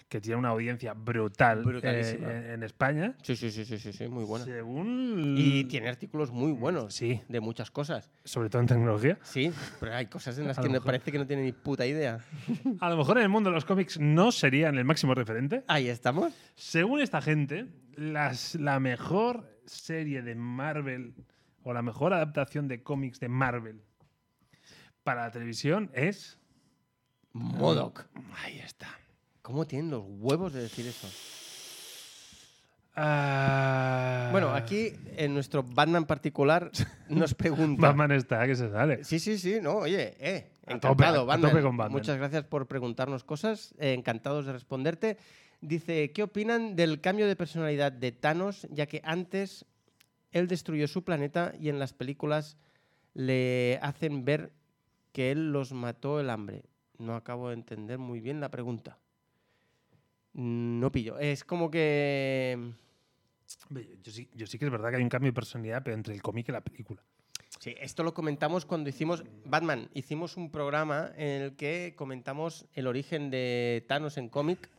que tiene una audiencia brutal
Brutalísima.
eh, en, en España.
Sí, sí, sí, sí, sí, sí, muy buena.
Según.
Y tiene artículos muy buenos
Sí.
de muchas cosas.
Sobre todo en tecnología.
Sí, pero hay cosas en las
A
que
lo
me
mejor.
parece que no tiene ni puta idea.
A lo mejor en el mundo de los cómics no serían el máximo referente.
Ahí estamos.
Según esta gente, las- la mejor serie de Marvel o la mejor adaptación de cómics de Marvel para la televisión es.
Modoc.
Ahí está.
¿Cómo tienen los huevos de decir eso?
Ah.
Bueno, aquí en nuestro Batman particular nos pregunta.
Batman está, que se sale.
Sí, sí, sí, no, oye, eh,
A
encantado,
tope, a tope
Batman.
con Batman.
Muchas gracias por preguntarnos cosas, eh, encantados de responderte. Dice, ¿qué opinan del cambio de personalidad de Thanos, ya que antes él destruyó su planeta y en las películas le hacen ver que él los mató el hambre? No acabo de entender muy bien la pregunta. No pillo. Es como que...
Hombre, Yo sí, yo sí que es verdad que hay un cambio de personalidad, pero entre el cómic y la película.
Sí, esto lo comentamos cuando hicimos Batman. Hicimos un programa en el que comentamos el origen de Thanos en cómic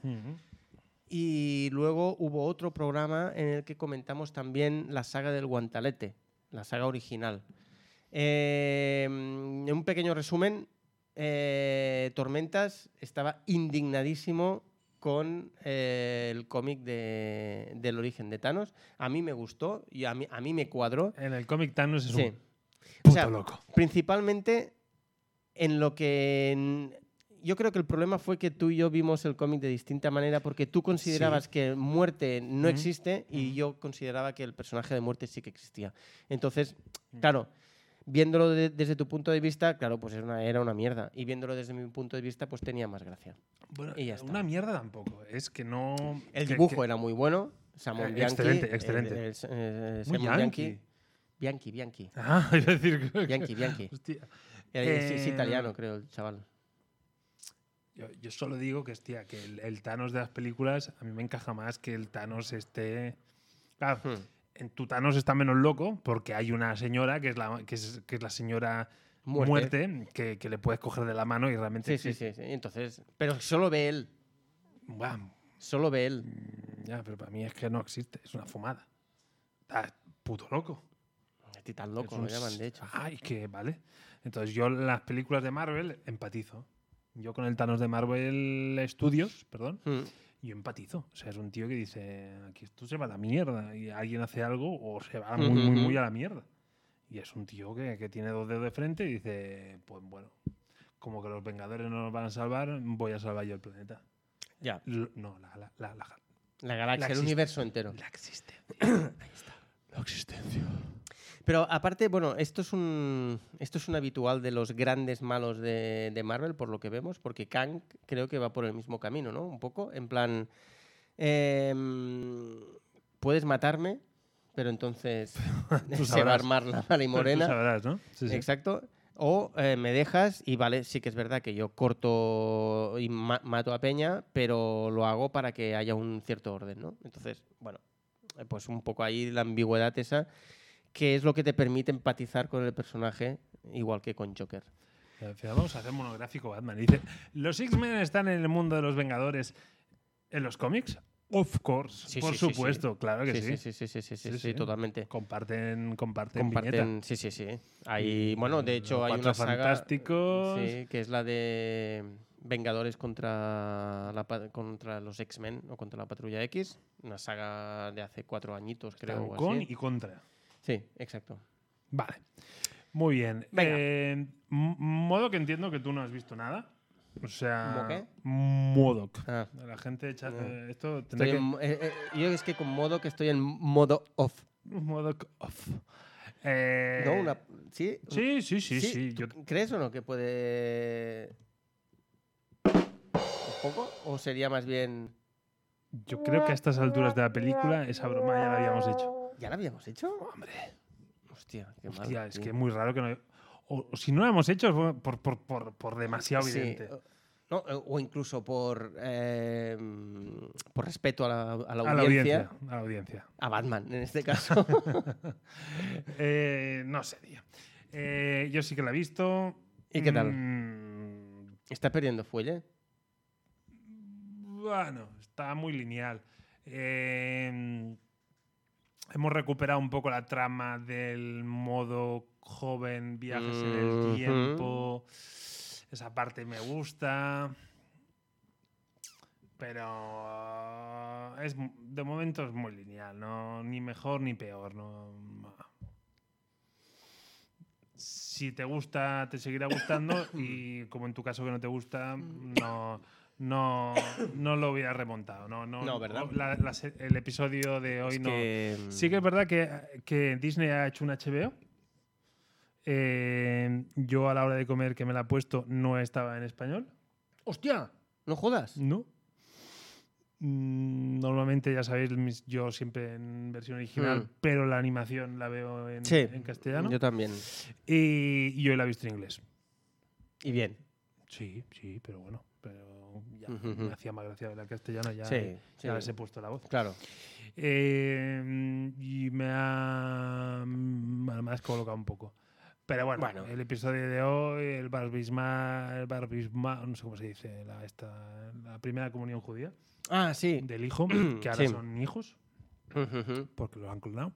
y luego hubo otro programa en el que comentamos también la saga del guantalete, la saga original. Eh, en un pequeño resumen, eh, Tormentas estaba indignadísimo con eh, el cómic de- del origen de Thanos. A mí me gustó y a mí, a mí me cuadró.
En el cómic Thanos es
Sí.
un puto
sea,
loco.
Principalmente en lo que... en- yo creo que el problema fue que tú y yo vimos el cómic de distinta manera porque tú considerabas que muerte
Ujú,
no existe y yo consideraba que el personaje de muerte sí que existía. Entonces,
Mm.
claro, viéndolo de- desde tu punto de vista, claro, pues era una, era una mierda. Y viéndolo desde mi punto de vista, pues tenía más gracia.
Bueno,
Y ya está.
Una mierda tampoco. Es que no.
El
que-
dibujo
que-
era muy bueno. Samuel
Eh,
Bianchi.
excelente,
el-
excelente.
el- eh,
Muy
Simon
yankee.
Bianchi, Bianchi.
Ah, iba a decir. que-
Bianchi, Bianchi.
Hostia.
Eh, es- es
Eh,
italiano, creo, el chaval.
Yo, yo solo digo que, hostia, que el, el Thanos de las películas a mí me encaja más que el Thanos este. Claro,
Hmm.
en tu Thanos está menos loco porque hay una señora que es la, que es, que es la señora
Muerte.
Muerte, que, que le puedes coger de la mano y realmente.
Sí, sí, sí, sí. Entonces, pero solo ve él.
Guau,
Solo ve él.
ya, pero para mí es que no existe, es una fumada. Está puto loco.
A ti tan
Es
loco
un Ah.
lo llaman,
s-
de hecho.
Ay, que vale. Entonces yo en las películas de Marvel empatizo. Yo con el Thanos de Marvel Studios, perdón,
Hmm.
yo empatizo. O sea, es un tío que dice, aquí esto se va a la mierda y alguien hace algo o se va muy,
Ujú,
muy,
ujú.
muy a la mierda. Y es un tío que, que tiene dos dedos de frente y dice, pues bueno, como que los Vengadores no nos van a salvar, voy a salvar yo el planeta.
Ya.
L- no, la, la, la, la,
La galaxia, el
exist-
universo entero.
la existencia. Ahí está. La existencia.
Pero aparte, bueno, esto es un esto es un habitual de los grandes malos de, de Marvel, por lo que vemos, porque Kang creo que va por el mismo camino, ¿no? Un poco, en plan, em, puedes matarme, pero entonces se va a
sabrás.
armar la mala y
Morena.
morena.
Tú sabrás, ¿no? Sí, sí.
Exacto. O eh, me dejas y vale, sí que es verdad que yo corto y ma- mato a Peña, pero lo hago para que haya un cierto orden, ¿no? Entonces, bueno, eh, pues un poco ahí la ambigüedad esa, que es lo que te permite empatizar con el personaje, igual que con Joker.
Decía, Vamos a hacer monográfico Batman. Y dice, ¿los X-Men están en el mundo de los Vengadores en los cómics? Of course,
Sí,
por
sí, sí, sí.
supuesto, claro que sí.
sí, sí, sí, sí, sí, sí,
Sí,
sí,
sí.
totalmente.
Comparten, comparten, viñeta.
Comparten, sí, sí, sí. Hay, bueno, de hecho
Los
hay
Cuatro
una saga
fantásticos.
sí, que es la de Vengadores contra la pa- contra los X-Men o contra la Patrulla X, una saga de hace cuatro añitos, creo.
Están
o
con
así.
y contra.
Sí, exacto.
Vale. Muy bien.
Venga.
Eh, m- modo que entiendo que tú no has visto nada. O sea,
¿Mo qué?
Modoc.
Ah.
La gente echa-
No.
eh, esto
Estoy
tendré que-
en- eh, eh, yo es que con modo que estoy en modo off.
Modoc off. Eh,
¿No? Una- ¿sí?
Sí, sí, sí, sí.
¿tú
yo-
¿Crees o no que puede. un poco? ¿O sería más bien.
Yo creo que a estas alturas de la película esa broma ya la habíamos hecho.
¿Ya la habíamos hecho? Hombre. Hostia, qué mal.
Hostia, es
tío.
que es muy raro que no. O, o si no la hemos hecho, fue por, por, por, por demasiado
Sí,
evidente.
o- no, Eh, o incluso por, eh, mm, por respeto a la, a la
a la
audiencia,
audiencia. A la audiencia.
a Batman en este caso.
Eh, no sé, tío. Eh, yo sí que la he visto.
¿Y qué tal?
Mm,
¿Está perdiendo fuelle?
Bueno, está muy lineal. Eh, hemos recuperado un poco la trama del modo joven, viajes en el
Mhm.
tiempo. Esa parte me gusta. Pero es, mu- de momento es muy lineal, ¿no? ni mejor ni peor. ¿no? Si te gusta, te seguirá gustando y como en tu caso que no te gusta, no, no, no lo hubiera remontado. No, no,
No, ¿verdad?
la- la se- el episodio de hoy
Es
no.
que, mm.
Sí que es verdad que, que Disney ha hecho un HBO. Eh, yo a la hora de comer que me la he puesto no estaba en español.
¡Hostia! ¿No jodas?
No. Mm, Normalmente, ya sabéis, mis- yo siempre en versión original,
Mm.
pero la animación la veo en,
Sí,
en castellano.
Yo también.
Y, y yo la he visto en inglés.
Y bien.
Sí, sí, pero bueno. Pero ya
Ujú, ujú.
me hacía más gracia ver la castellana, ya,
Sí,
ya
sí.
les he puesto la voz.
Claro.
Eh, y me ha, me ha descolocado un poco. Pero bueno,
Bueno.
el episodio de hoy, el Bar Bisma, el Bar Bisma, no sé cómo se dice, la, esta, la primera comunión judía
Ah, sí.
del hijo, que ahora
Sí.
son hijos,
Ujujú.
porque los han clonado.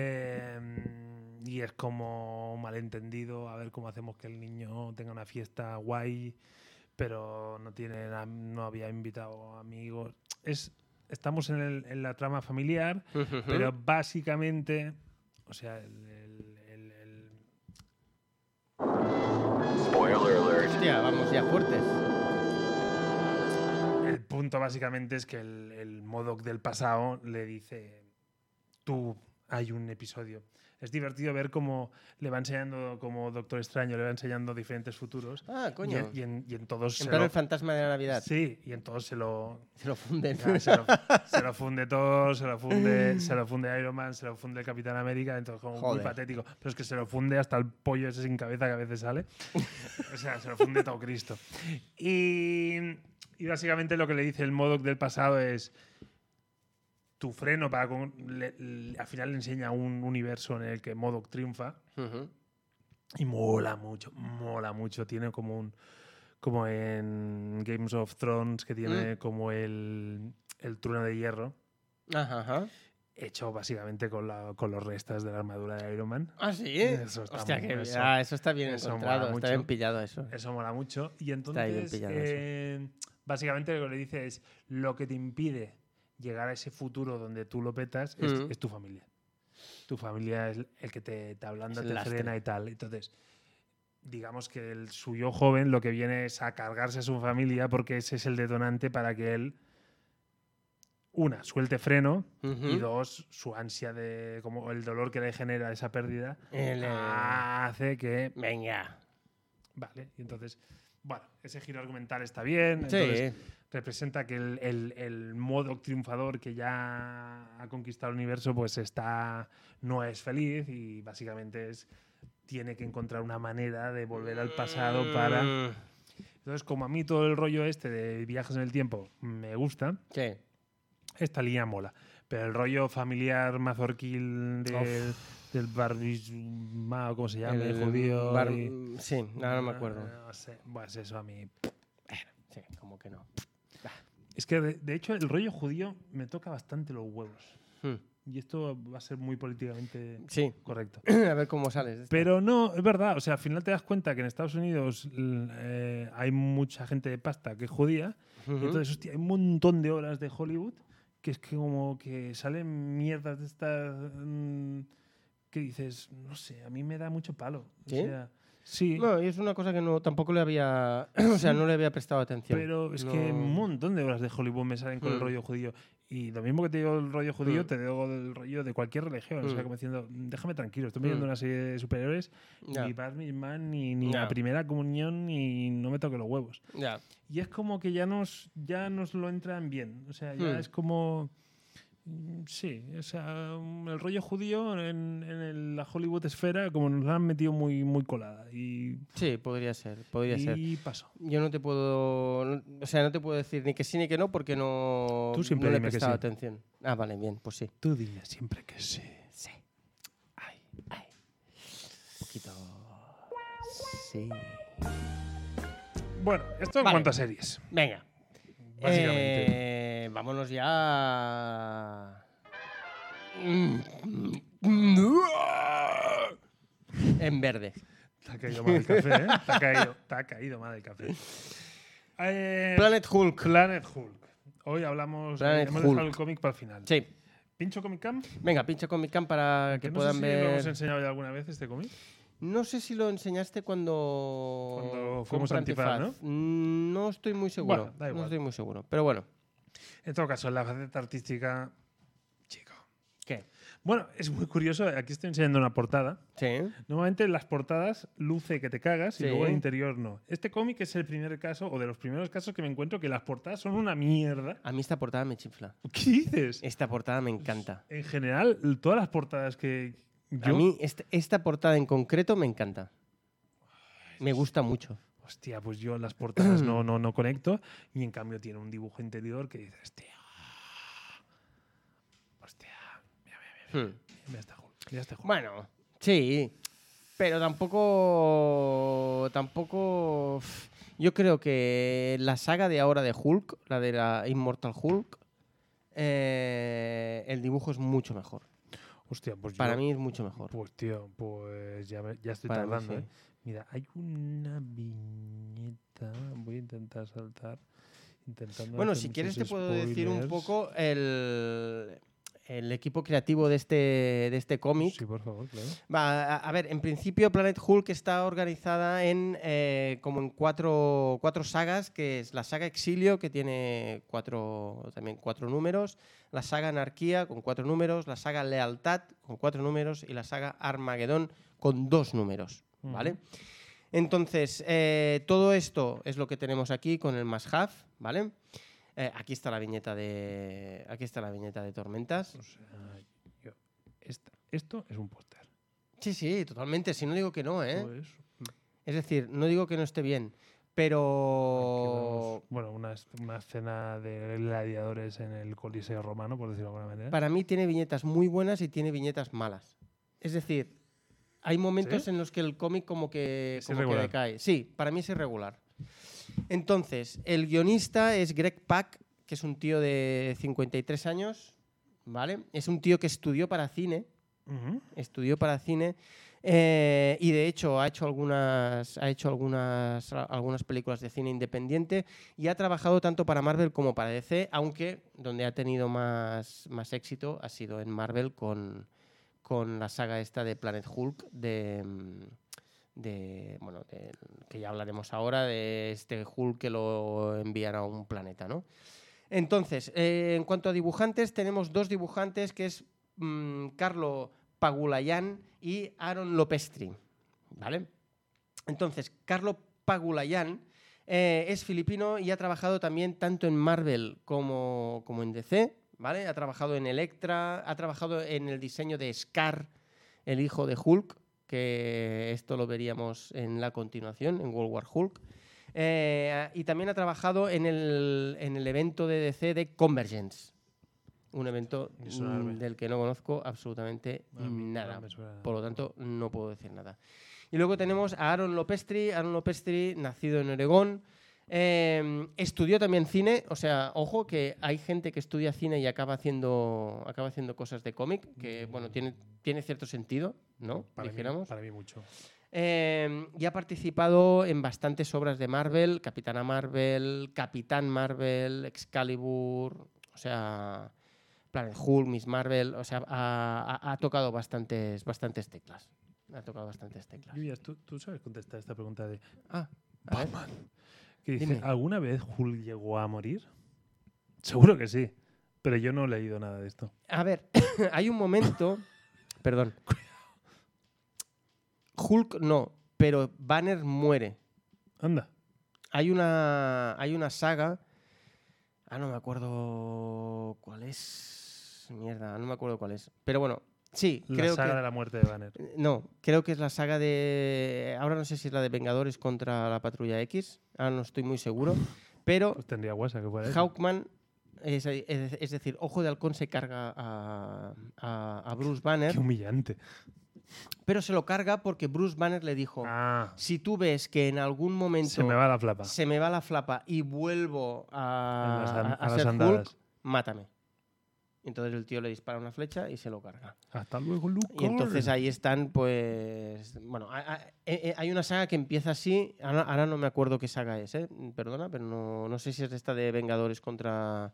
Eh, y es como un malentendido, a ver cómo hacemos que el niño tenga una fiesta guay, pero no tiene na- no había invitado amigos. Es, estamos en, el- en la trama familiar,
Ujujú.
pero básicamente, o sea, el- el- el- el,
Spoiler alert.
Hostia, vamos ya fuertes.
El punto básicamente es que el, el Modoc del pasado le dice, tú hay un episodio. Es divertido ver cómo le va enseñando, como Doctor Extraño, le va enseñando diferentes futuros.
Ah,
Y en,
coño.
y en- y en todos
en
se
plan
lo,
el fantasma de la Navidad.
Sí, y en todos se lo,
Se lo funden.
ya, Ah, se, lo, se lo funde todo, se lo funde, se lo funde Iron Man, se lo funde el Capitán América, entonces como muy
Joder.
patético. Pero es que se lo funde hasta el pollo ese sin cabeza que a veces sale. O sea, se lo funde todo Cristo. Y, y básicamente lo que le dice el Modoc del pasado es tu freno para... con- le- le- al final le enseña un universo en el que Modoc triunfa.
Ujú.
Y mola mucho, mola mucho. Tiene como un. Como en Games of Thrones, que tiene como el, el trueno de hierro,
Ajá, ajá.
hecho básicamente con, la, con los restas de la armadura de Iron Man.
Ah, sí.
Eso está
Hostia,
muy-
que
eso-
ah, eso está bien
eso
encontrado.
mola
Está
mucho.
bien pillado eso.
Eso mola mucho. Y
Está bien
entonces,
pillado eso.
eh, básicamente lo que le dice es: lo que te impide llegar a ese futuro donde tú lo petas es,
Mm.
es tu familia. Tu familia es el que te, te ablanda,
Es el
te
lastre.
frena y tal. Entonces, digamos que el suyo joven lo que viene es a cargarse a su familia porque ese es el detonante para que él, una, suelte freno
Ujú.
y dos, su ansia de, como el dolor que le genera esa pérdida,
El, eh,
Ah. hace que
Venga.
Vale, y entonces, bueno, ese giro argumental está bien.
Sí.
entonces Representa que el, el, el modo triunfador que ya ha conquistado el universo, pues está. no es feliz y básicamente es. tiene que encontrar una manera de volver al pasado para.
Mm,
Entonces, como a mí todo el rollo este de viajes en el tiempo me gusta,
Sí.
esta línea mola. Pero el rollo familiar mazorquil del, del barbisma, ¿cómo se llama? El, judío.
bar-
y-
Sí, ahora no me acuerdo.
Ah, No sé. Pues eso a mí.
Sí, como que no.
Es que, de, de hecho, el rollo judío me toca bastante los huevos.
Hmm.
Y esto va a ser muy políticamente
Sí,
correcto.
a ver cómo sales. de esto.
Pero no, es verdad. O sea, al final te das cuenta que en Estados Unidos l- eh, hay mucha gente de pasta que es judía.
Ujú.
Y entonces, hostia, hay un montón de horas de Hollywood que es que como que salen mierdas de estas mm, que dices, no sé, a mí me da mucho palo. O
¿Sí?
sea, sí,
No, y es una cosa que no tampoco le había, o sea, no le había prestado atención.
pero es
No-
que un montón de horas de Hollywood me salen con el
Mm.
rollo judío. Y lo mismo que te digo el rollo judío,
Mm.
te digo el rollo de cualquier religión. O sea,
Mm.
como diciendo, déjame tranquilo, estoy viendo
Mm.
una serie de superhéroes,
Ya,
ni Bar Mitzvah, ni, ni
Ya.
la primera comunión, ni no me toque los huevos.
ya.
Y es como que ya nos, ya nos lo entran bien. O sea, ya
Hmm.
es como. mm, Sí, o sea, mm, el rollo judío en, en el- la Hollywood esfera, como nos la han metido muy, muy colada. Y,
Sí, podría ser, podría ser.
y pasó.
Yo no te puedo, no- o sea, no te puedo decir ni que sí ni que no porque no,
Tú siempre
no le he
dime que
prestado
sí.
atención. Ah, vale, bien, pues sí.
Tú dime siempre que sí.
Sí. Ay, ay. Un poquito. Sí.
Bueno, esto en
Vale.
cuanto a series,
Venga.
básicamente.
Eh, vámonos ya. a- En verde.
Te ha caído mal el café, ¿eh? Te ha caído, te ha caído mal el café. Eh,
Planet Hulk.
Planet Hulk. Hoy hablamos. eh,
Planet
hemos dejado
Hulk.
el cómic para el final.
Sí.
¿Pincho Comic Camp?
Venga, pincha con mi cam para que
no
puedan
sé si lo hemos
ver.
enseñado ya alguna vez este cómic.
No sé si lo enseñaste cuando.
Cuando
fue
fuimos
para
antifaz,
Mm, ¿no? estoy muy seguro.
Bueno, da
No
igual.
estoy muy seguro. Pero bueno.
En todo caso, en la faceta artística, chico.
¿Qué?
Bueno, es muy curioso. Aquí estoy enseñando una portada.
Sí.
Normalmente en las portadas luce que te cagas
Sí.
y luego el interior no. Este cómic es el primer caso o de los primeros casos que me encuentro que las portadas son una mierda.
A mí esta portada me chifla.
¿Qué dices?
Esta portada me encanta.
En general, l- todas las portadas que
A
yo.
mí esta, esta portada en concreto me encanta. Me gusta mucho.
Hostia, pues yo en las portadas no, no, no conecto. Y en cambio tiene un dibujo interior que dices, hostia. Hostia. Mira, mira,
Hmm.
mira, mira esta Hulk, mira este esta Hulk.
Bueno, sí. Pero tampoco. Tampoco. uf, Yo creo que la saga de ahora de Hulk, la de la Immortal Hulk, eh, el dibujo es mucho mejor.
Hostia, pues
Para
yo-
mí es mucho mejor.
Pues tío, pues ya, me- ya estoy
Para mí,
tardando,
sí.
¿eh? Mira, hay una viñeta. Voy a intentar saltar. Intentando no
Bueno,
hacer
si
muchos
quieres te puedo decir un
spoilers.
poco el, el equipo creativo de este, de este cómic.
Sí, por favor, claro.
Va, a, a ver, en principio Planet Hulk está organizada en eh, como en cuatro, cuatro sagas, que es la saga Exilio, que tiene cuatro, también cuatro números, la saga Anarquía, con cuatro números, la saga Lealtad, con cuatro números, y la saga Armagedón, con dos números,
Ujú.
¿vale? Entonces, eh, todo esto es lo que tenemos aquí con el Must Have, ¿vale? Eh, aquí está la viñeta de. Aquí está la viñeta de tormentas.
O sea, yo- esta- esto es un póster.
Sí, sí, totalmente. Si no digo que no, ¿eh?
Todo es-
Es decir, no digo que no esté bien,
que
pero
vemos, ¿eh? Bueno, una, es- una escena de gladiadores en el Coliseo Romano, por decirlo de alguna manera.
para mí tiene viñetas muy buenas y tiene viñetas malas. Es decir, hay momentos en los que el cómic como que,
Es
como que
irregular.
decae. Sí, para mí es irregular. Entonces, el guionista es Greg Pak, que es un tío de 53 años, ¿vale? Es un tío que estudió para cine,
Ujú.
estudió para cine eh, y de hecho ha hecho algunas ha hecho algunas algunas películas de cine independiente y ha trabajado tanto para Marvel como para DC aunque donde ha tenido más más éxito ha sido en Marvel con con la saga esta de Planet Hulk de mm, de bueno de- que ya hablaremos ahora de este Hulk que lo envían a un planeta no entonces eh, en cuanto a dibujantes tenemos dos dibujantes que es mm, Carlo Pagulayan y Aaron Lopestri vale entonces Carlo Pagulayan eh, es filipino y ha trabajado también tanto en Marvel como, como en DC, ¿vale? Ha trabajado en Electra, ha trabajado en el diseño de Scar, el hijo de Hulk, que esto lo veríamos en la continuación, en World War Hulk. Eh, y también ha trabajado en el, en el evento de DC de Convergence, un evento
Ni sonarme.
mm, del que no conozco absolutamente
A mí
nada.
no me suena.
Por lo tanto, no puedo decir nada. Y luego tenemos a Aaron Lopestri. Aaron Lopestri, nacido en Oregón. eh, estudió también cine, o sea, ojo que hay gente que estudia cine y acaba haciendo, acaba haciendo cosas de cómic, que bueno, tiene, tiene cierto sentido, ¿no?
Mm. Para mí,
Dijéramos.
para mí mucho.
Eh, y ha participado en bastantes obras de Marvel, Capitana Marvel, Capitán Marvel, Excalibur, o sea, Planet Hulk, Miss Marvel, o sea, ha, ha- ha tocado bastantes, bastantes teclas. Ha tocado bastantes teclas.
Lluvias, ¿tú, tú sabes contestar esta pregunta de.
Ah, a ver.
Que dice,
Dime.
¿alguna vez Hulk llegó a morir? Seguro que sí, pero yo no he leído nada de esto.
A ver, hay un momento. perdón. Hulk no, pero Banner muere.
Anda.
Hay una, hay una saga. Ah, no me acuerdo cuál es. Mierda, no me acuerdo cuál es. Pero bueno, sí,
La
creo
saga de
que.
la muerte de Banner.
No, creo que es la saga de. Ahora no sé si es la de Vengadores contra la Patrulla X. Ahora no estoy muy seguro. Pero
Pues tendría guasa que fuera eso.
Hawkman, es, es- es decir, Ojo de Halcón se carga a, a- a Bruce Banner.
Qué humillante.
Pero se lo carga porque Bruce Banner le dijo:
Ah,
Si tú ves que en algún momento
se me va la flapa.
se me va la flapa y vuelvo
A las an-
a, a- a
a las
ser
andadas.
Hulk, mátame. Entonces el tío le dispara una flecha y se lo carga.
Hasta luego, Luke.
Y entonces ahí están, pues. Bueno, a- a- eh, eh, hay una saga que empieza así. Ahora, ahora no me acuerdo qué saga es, ¿eh? Perdona, pero no, no sé si es esta de Vengadores contra.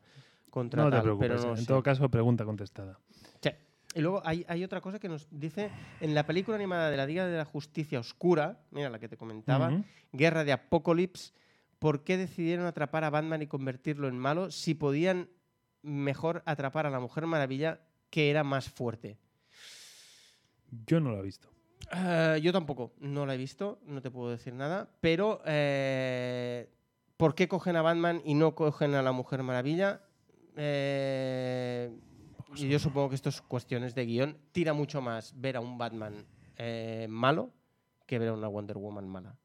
contra
No te
tal,
preocupes.
pero no
en
sé.
todo caso, pregunta contestada.
Sí. Y luego hay, hay otra cosa que nos dice. En la película animada de la Liga de la Justicia Oscura, mira la que te comentaba,
Ujú.
Guerra de Apocalipsis, ¿por qué decidieron atrapar a Batman y convertirlo en malo si podían mejor atrapar a la Mujer Maravilla, que era más fuerte?
Yo no lo he visto.
Eh, yo tampoco, no la he visto, no te puedo decir nada, pero eh, ¿por qué cogen a Batman y no cogen a la Mujer Maravilla? Eh, y yo supongo que esto es cuestiones de guión. Tira mucho más ver a un Batman eh, malo que ver a una Wonder Woman mala.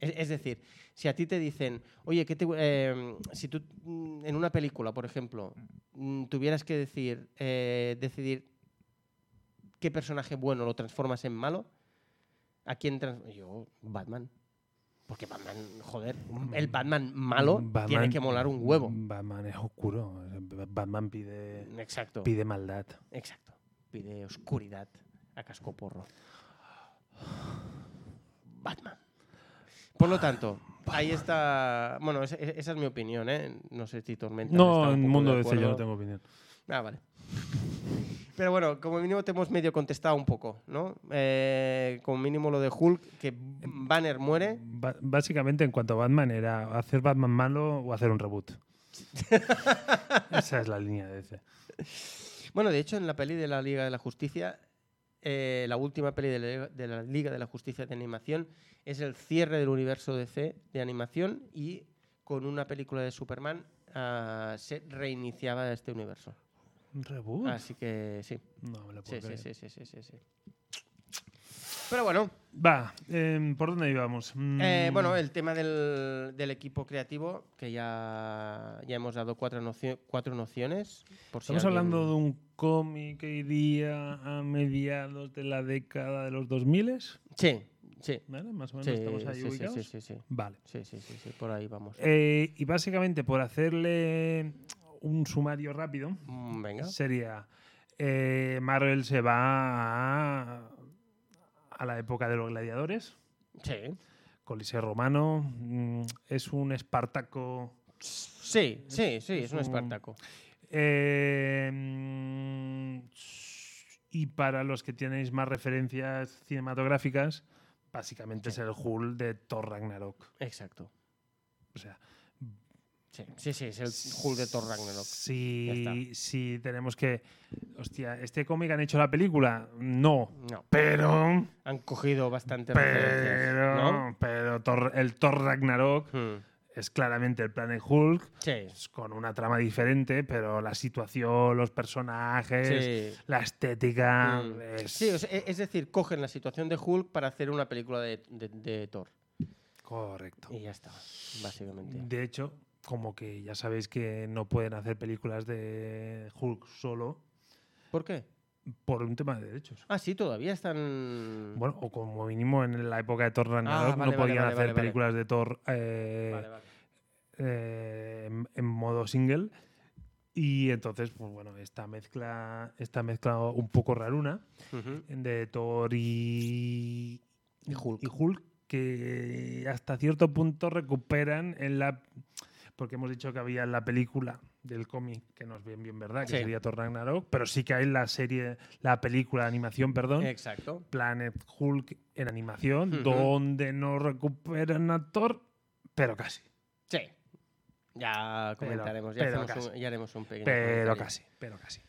Es, es decir, si a ti te dicen, oye, ¿qué te gu- eh, si tú mm, en una película, por ejemplo, mm, tuvieras que decir, eh, decidir qué personaje bueno lo transformas en malo, ¿a quién trans- Yo, Batman. Porque Batman, joder, el Batman malo tiene
Mm, Batman- mm,
que molar un huevo.
Batman es oscuro. Batman pide,
Exacto.
pide maldad.
Exacto. Pide oscuridad a cascoporro. Batman. Por lo tanto,
Ah,
ahí está. Bueno, esa, e-, esa es mi opinión, ¿eh? No sé si Tormenta. está
No,
un
en
poco
mundo
de
DC yo no
acuerdo.
tengo opinión.
Ah, vale. Pero bueno, como mínimo te hemos medio contestado un poco, ¿no? Eh, como mínimo lo de Hulk, que
Em,
Banner muere.
Ba- básicamente, en cuanto a Batman, era hacer Batman malo o hacer un reboot. Esa es la línea de DC.
Bueno, de hecho, en la peli de la Liga de la Justicia, eh, la última peli de la, de la Liga de la Justicia de animación, es el cierre del universo DC de animación y con una película de Superman ah, se reiniciaba este universo.
¿Un reboot?
Así que Ah, sí,
No, me lo puedo
sí, sí,
creer.
sí, sí, sí, sí, sí. Pero bueno,
Va, em, ¿por dónde íbamos?
eh,
Mm,
bueno, el tema del, del equipo creativo, que ya, ya hemos dado cuatro, nocio- cuatro nociones. por si
Estamos
alguien-
hablando de un cómic que iría a mediados de la década de los 2000,
Sí, sí.
¿vale? Más o menos
Sí,
estamos ahí
sí, sí,
ubicados.
sí, sí, sí.
Vale.
Sí, sí, sí, sí, por ahí vamos.
Eh, y básicamente, por hacerle un sumario rápido,
Mm, Venga.
sería eh, Marvel se va a, a la época de los gladiadores,
Sí.
Coliseo Romano, mm, es un Espartaco,
Sí, sí, sí, es un
es un-
Espartaco.
eh, mm, y para los que tenéis más referencias cinematográficas, básicamente es el Hulk de Thor Ragnarok.
Exacto.
O sea,
Sí, sí, sí, es el Hulk de Thor Ragnarok. Ya
si, si tenemos que... Hostia, ¿este cómic han hecho la película? No.
No,
Pero...
han cogido bastante referencias,
Pero,
¿no?
pero Thor- el Thor Ragnarok
Hmm.
es claramente el Planet Hulk,
Sí,
es con una trama diferente, pero la situación, los personajes,
sí.
la estética.
Mm.
es-
Sí, o sea, e- es decir, cogen la situación de Hulk para hacer una película de, de- de Thor.
Correcto.
Y ya está, básicamente.
De hecho, como que ya sabéis que no pueden hacer películas de Hulk solo
¿Por qué?
por un tema de derechos.
Ah, sí, todavía están.
Bueno, o como mínimo en la época de Thor Ragnarok
Ah, vale, vale,
no podían
vale,
hacer
vale, vale.
películas de Thor eh,
Vale, vale.
eh, en, en modo single. Y entonces, pues bueno, esta mezcla, esta mezcla un poco raruna
Ujú.
de Thor y,
Y Hulk.
que hasta cierto punto recuperan en la... Porque hemos dicho que había en la película del cómic, que no es bien, bien verdad, que
Sí.
sería Thor Ragnarok, pero sí que hay la serie, la película de animación, perdón,
Exacto.
Planet Hulk en animación,
Ujú.
donde no recuperan a Thor, pero casi.
Sí. Ya
Pero-
comentaremos, ya,
pero
hacemos un-
casi.
ya haremos un pequeño.
Pero
comentario.
casi, pero casi.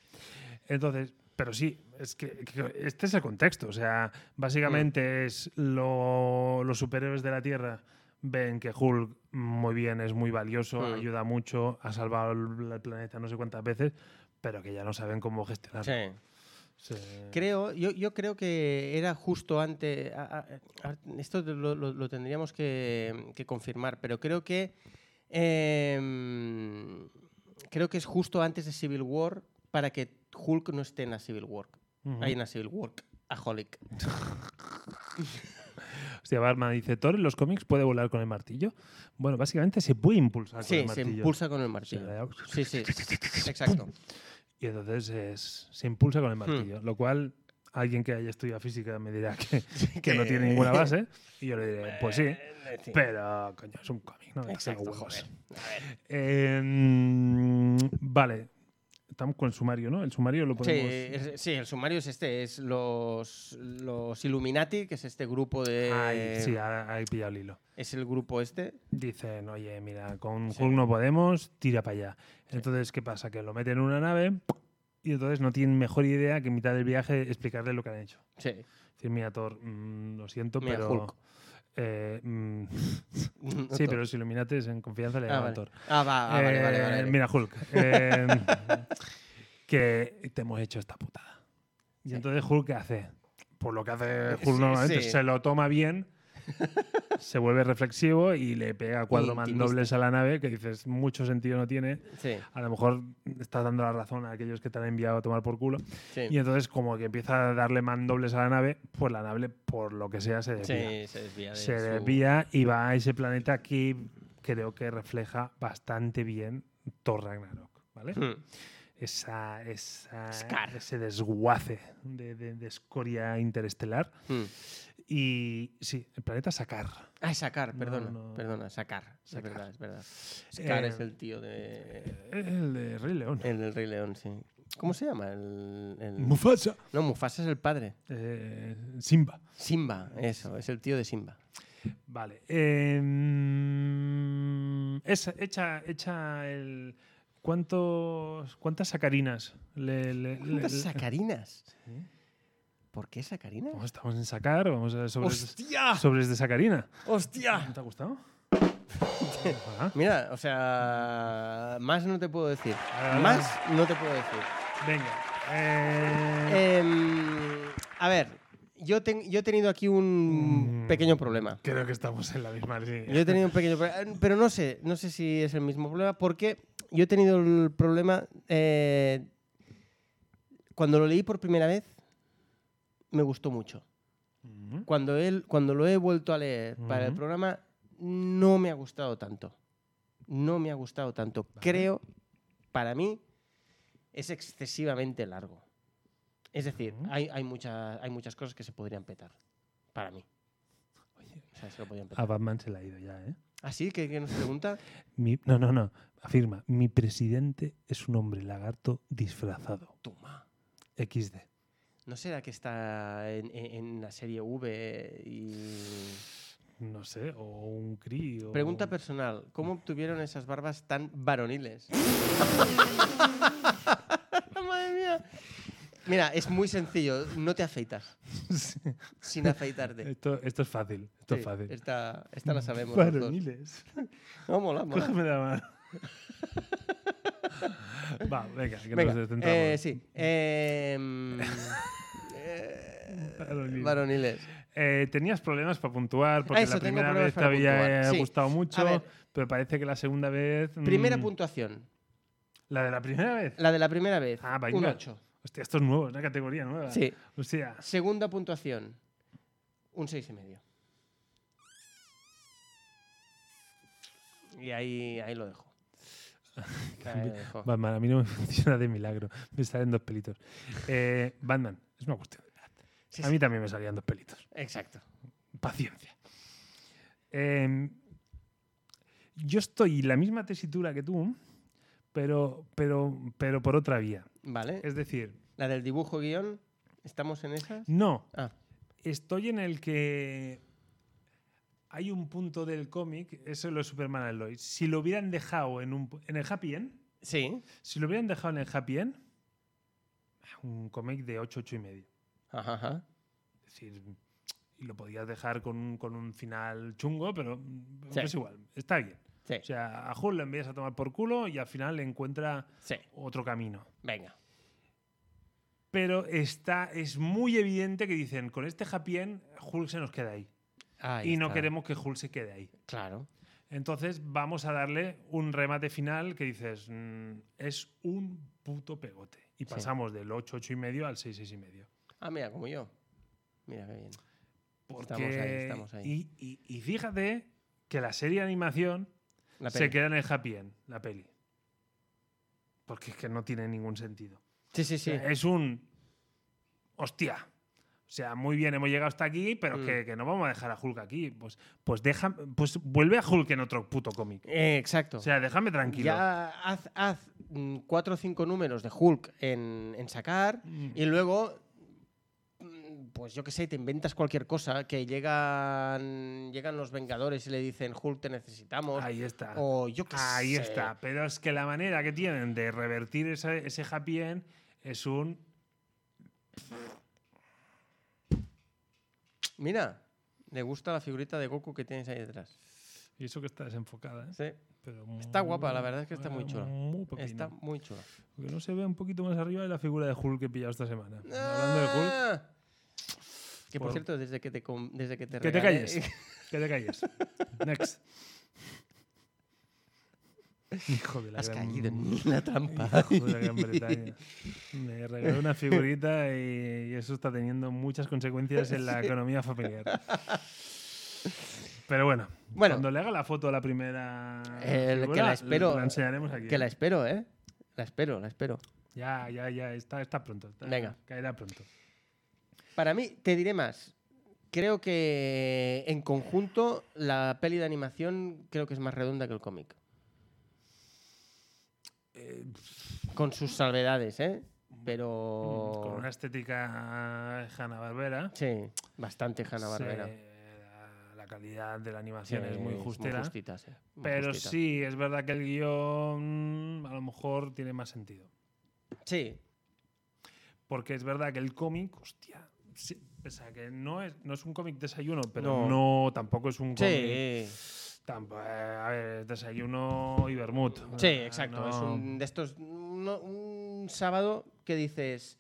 Entonces, pero sí, es que, que este es el contexto. O sea, básicamente
Mm.
es lo- los superhéroes de la Tierra ven que Hulk muy bien, es muy valioso,
Mm.
ayuda mucho, ha salvado el el planeta no sé cuántas veces, pero que ya no saben cómo gestionarlo.
Sí.
Se-
Creo, yo, yo creo que era justo antes. a- a- a- esto lo, lo- lo tendríamos que, que confirmar, pero creo que. em, creo que es justo antes de Civil War para que Hulk no esté en la Civil War.
Ujú. Ah,
Hay una Civil War. A Holic.
Hostia, Barma dice, Thor en los cómics puede volar con el martillo. Bueno, básicamente se puede impulsar con el
Sí, se
martillo.
impulsa con el
O sea,
martillo. Sí, sí. Exacto.
Y entonces es- se impulsa
Hmm.
con el martillo. Lo cual, alguien que haya estudiado física me dirá que, que no tiene ninguna base. Y yo le diré, pues sí.
Eh, sí.
Pero, coño, es un cómic, ¿no? Me toca
Exacto,
los huevos.
joder. A ver.
Eh, mm, vale. Estamos con el sumario, ¿no? El sumario lo
Sí,
podemos...
es- sí, el sumario es este, es los, los Illuminati, que es este grupo de...
Ay, sí, ah. ahora ahí he pillado el hilo.
Es el grupo este.
Dicen, oye, mira, con
Sí.
Hulk no podemos, tira para allá. Entonces, ¿qué pasa? Que lo meten en una nave y entonces no tienen mejor idea que en mitad del viaje explicarle lo que han hecho.
Sí.
Decir, mira, Thor, mm, lo siento,
Mira,
pero.
Hulk.
eh, mm,
No
sí,
to-
pero los Illuminates en confianza le
Ah,
llaman
vale.
Thor.
Ah, va, ah, vale, vale,
Eh,
vale, vale.
Mira, Hulk. eh, que te hemos hecho esta putada. Y
Sí.
entonces, Hulk, ¿qué hace? Por lo que hace
Eh,
Hulk
sí,
normalmente,
sí.
se lo toma bien, se vuelve reflexivo y le pega cuatro
Intimista.
mandobles a la nave, que dices, mucho sentido no tiene.
Sí,
A lo mejor estás dando la razón a aquellos que te han enviado a tomar por culo.
sí.
Y entonces, como que empieza a darle mandobles a la nave, pues la nave, por lo que sea, se desvía.
Sí, uh. se desvía. de
se
su-
desvía y va a ese planeta que creo que refleja bastante bien Thor Ragnarok, ¿vale?
Hmm.
Esa, esa-
Scar.
ese desguace de, de- de escoria interestelar.
Hmm.
Y sí, el planeta Sakar.
Ah, es sacar,
No,
perdona,
no.
perdona, sacar.
Sacar.
Es verdad, es verdad. Scar
Eh,
es el tío de...
El de Rey León.
El del Rey León, sí. ¿Cómo se llama? El, el-
Mufasa.
No, Mufasa es el padre.
Eh, Simba.
Simba, eso, es el tío de Simba.
Vale. em, es, echa, echa el. ¿Cuántos, ¿Cuántas sacarinas? Le, le- le-
¿Cuántas
le-
sacarinas?
Sí.
¿Por qué sacarinas?
Vamos, Estamos en sacar, vamos a ver sobres,
¡Hostia!
sobres de sacarina.
¡Hostia!
¿No ¿Te ha gustado? Ah,
Mira, o sea, más no te puedo decir.
Ah.
Más no te puedo decir.
venga. Eh,
Em, a ver, yo, ten- yo he tenido aquí un
Mm.
pequeño problema.
creo que estamos en la misma línea.
Yo he tenido un pequeño problema, pero no sé, no sé si es el mismo problema, porque yo he tenido el problema eh, cuando lo leí por primera vez me gustó mucho.
Ujú.
Cuando él, cuando lo he vuelto a leer para el
Ujú.
programa no me ha gustado tanto, no me ha gustado tanto. Creo, para mí, es excesivamente largo. Es decir,
Ujú.
hay, hay, mucha- hay muchas cosas que se podrían petar, para mí. O sea, se lo podían petar.
A Ah, Batman se le ha ido ya, ¿eh?
¿Así? que nos pregunta?
Mi- no, no, no. Afirma, mi presidente es un hombre lagarto disfrazado.
Toma.
XD.
¿No será que está en, en- en la serie V y...
No sé, o un cri. o-
Pregunta personal, ¿cómo obtuvieron esas barbas tan varoniles? Madre mía. Mira, es muy sencillo, no te afeitas,
Sí.
sin afeitarte.
esto, esto es fácil. Esto
Sí,
es fácil.
Esta, esta la sabemos. los dos.
Varoniles.
No, mola, mola.
Cógeme la mano. Va, venga, que
Venga,
nos descentramos.
eh, sí. em, eh,
Varonil.
varoniles.
Eh, tenías problemas para puntuar porque
Eso,
la
tengo
primera
problemas
vez te
para
había
puntuar, sí.
gustado mucho,
ver.
pero parece que la segunda vez. mm,
Primera puntuación.
La de la primera vez.
La de la primera vez.
Ah, venga.
un 8.
Hostia, esto es nuevo, es una categoría nueva.
Sí.
Hostia.
Segunda puntuación. Un 6,5. Y ahí, ahí lo dejo. Ahí lo dejo.
Batman, a mí no me funciona de milagro. Me salen dos pelitos. Eh, Batman, es una cuestión. de edad.
Sí,
a
sí.
mí también me salían dos pelitos.
Exacto.
Paciencia. Eh, yo estoy en la misma tesitura que tú, pero, pero, pero por otra vía.
Vale.
Es decir,
La del dibujo guión. ¿Estamos en esas?
no,
Ah,
estoy en el que hay un punto del cómic, eso es lo de Superman and Lois. Si lo hubieran dejado en, un, pu- en el Happy End,
sí.
si lo hubieran dejado en el Happy End, un cómic de 8, 8 y medio.
Ajá, ajá.
Es decir, y lo podías dejar con un, con un final chungo, pero mm,
Sí.
es igual, está bien.
Sí,
O sea, a Hulk le envías a tomar por culo y al final encuentra
sí.
otro camino.
Venga.
Pero está, es muy evidente que dicen, con este happy end, Hulk se nos queda ahí.
Ahí
y no
está.
queremos que Hulk se quede ahí.
Claro.
Entonces vamos a darle un remate final que dices, mm, es un puto pegote. Y
Sí.
pasamos del 8, 8 y medio al 6, 6 y medio.
Ah, mira, como yo. Mira, qué bien.
Porque,
Estamos ahí, estamos ahí.
Y, y- y fíjate que la serie de animación
La
se
peli.
queda en el happy end, la peli. Porque es que no tiene ningún sentido.
Sí, sí,
O
sí.
sea, es un. Hostia. O sea, muy bien, hemos llegado hasta aquí, pero
Mm.
que, que no vamos a dejar a Hulk aquí. Pues, pues, deja, pues vuelve a Hulk en otro puto cómic.
Eh, exacto.
O sea, déjame tranquilo.
Ya haz, haz mm, cuatro o cinco números de Hulk en, en sacar
Mm.
y luego, mm, pues yo qué sé, te inventas cualquier cosa, que llegan, llegan los Vengadores y le dicen, Hulk, te necesitamos.
Ahí está.
O yo qué
Ahí
sé.
está. Pero es que la manera que tienen de revertir ese, ese happy end es un.
Mira, le gusta la figurita de Goku que tienes ahí detrás.
Y eso que está desenfocada, ¿eh?
Sí,
Pero
Está
muy-
guapa, la verdad es que está muy
eh,
chula.
muy pepino.
está muy chula.
Lo que no se ve un poquito más arriba de la figura de Hulk que he pillado esta semana. Hablando de Hulk.
Ah. Que por,
Por-
cierto, desde que te, com- desde que te
Que te
regalé-
calles. que te calles. Next. Hijo de la
Has
gran-
caído en la trampa.
Hijo de la Gran Bretaña. Me regaló una figurita y, y eso está teniendo muchas consecuencias en la economía familiar. Pero bueno,
Bueno.
cuando le haga la foto a la primera.
El que
figura,
la espero-
La enseñaremos aquí.
Que la espero, ¿eh? La espero, la espero.
Ya, ya, ya. Está, está pronto. está-
Venga.
Caerá pronto.
Para mí, te diré más. Creo que en conjunto la peli de animación creo que es más redonda que el cómic.
Eh,
Con sus salvedades, ¿eh?
Mm, Con
Pero...
una estética Hanna-Barbera.
Sí, bastante Hanna-Barbera.
Se- la- La calidad de la
Sí,
animación es muy justera.
justita, sí, Eh, muy
pero
justita.
sí, es verdad que el guión mm, a lo mejor tiene más sentido.
Sí,
Porque es verdad que el cómic, hostia, sí, o sea, que no es, no es un cómic desayuno, pero
No.
no, tampoco es un cómic.
sí,
tampo- eh, a ver, es desayuno y vermut.
sí, exacto.
Ah, No-
Es un de estos... no- un sábado que dices...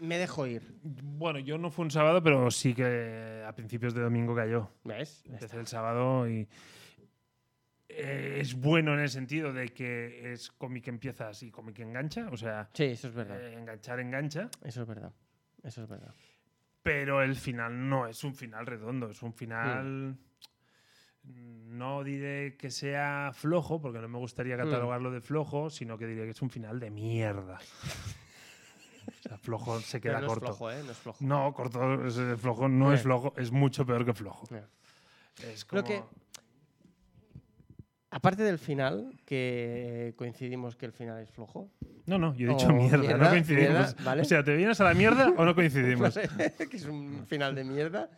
Me dejo ir.
Bueno, yo no fue un sábado, pero sí que a principios de domingo cayó.
¿Ves?
Empecé el sábado y eh, es bueno en el sentido de que es cómic que empiezas y cómic que engancha, o sea,
Sí, eso es verdad.
eh, enganchar engancha,
Eso es verdad. Eso es verdad.
pero el final no es un final redondo, es un final...
Hmm.
No diré que sea flojo, porque no me gustaría catalogarlo de flojo, sino que diré que es un final de mierda. o sea, flojo se queda
Pero no
corto.
es flojo, ¿eh? No es flojo.
No, corto, es, eh, flojo no
Eh.
es flojo, es mucho peor que flojo.
Eh.
Es como...
Lo que- Aparte del final, que coincidimos que el final es flojo.
No, no, yo he dicho
O
mierda, no
Oh, mierda,
coincidimos.
mierda, ¿vale?
O sea, ¿te vienes a la mierda o no coincidimos?
que es un final de mierda.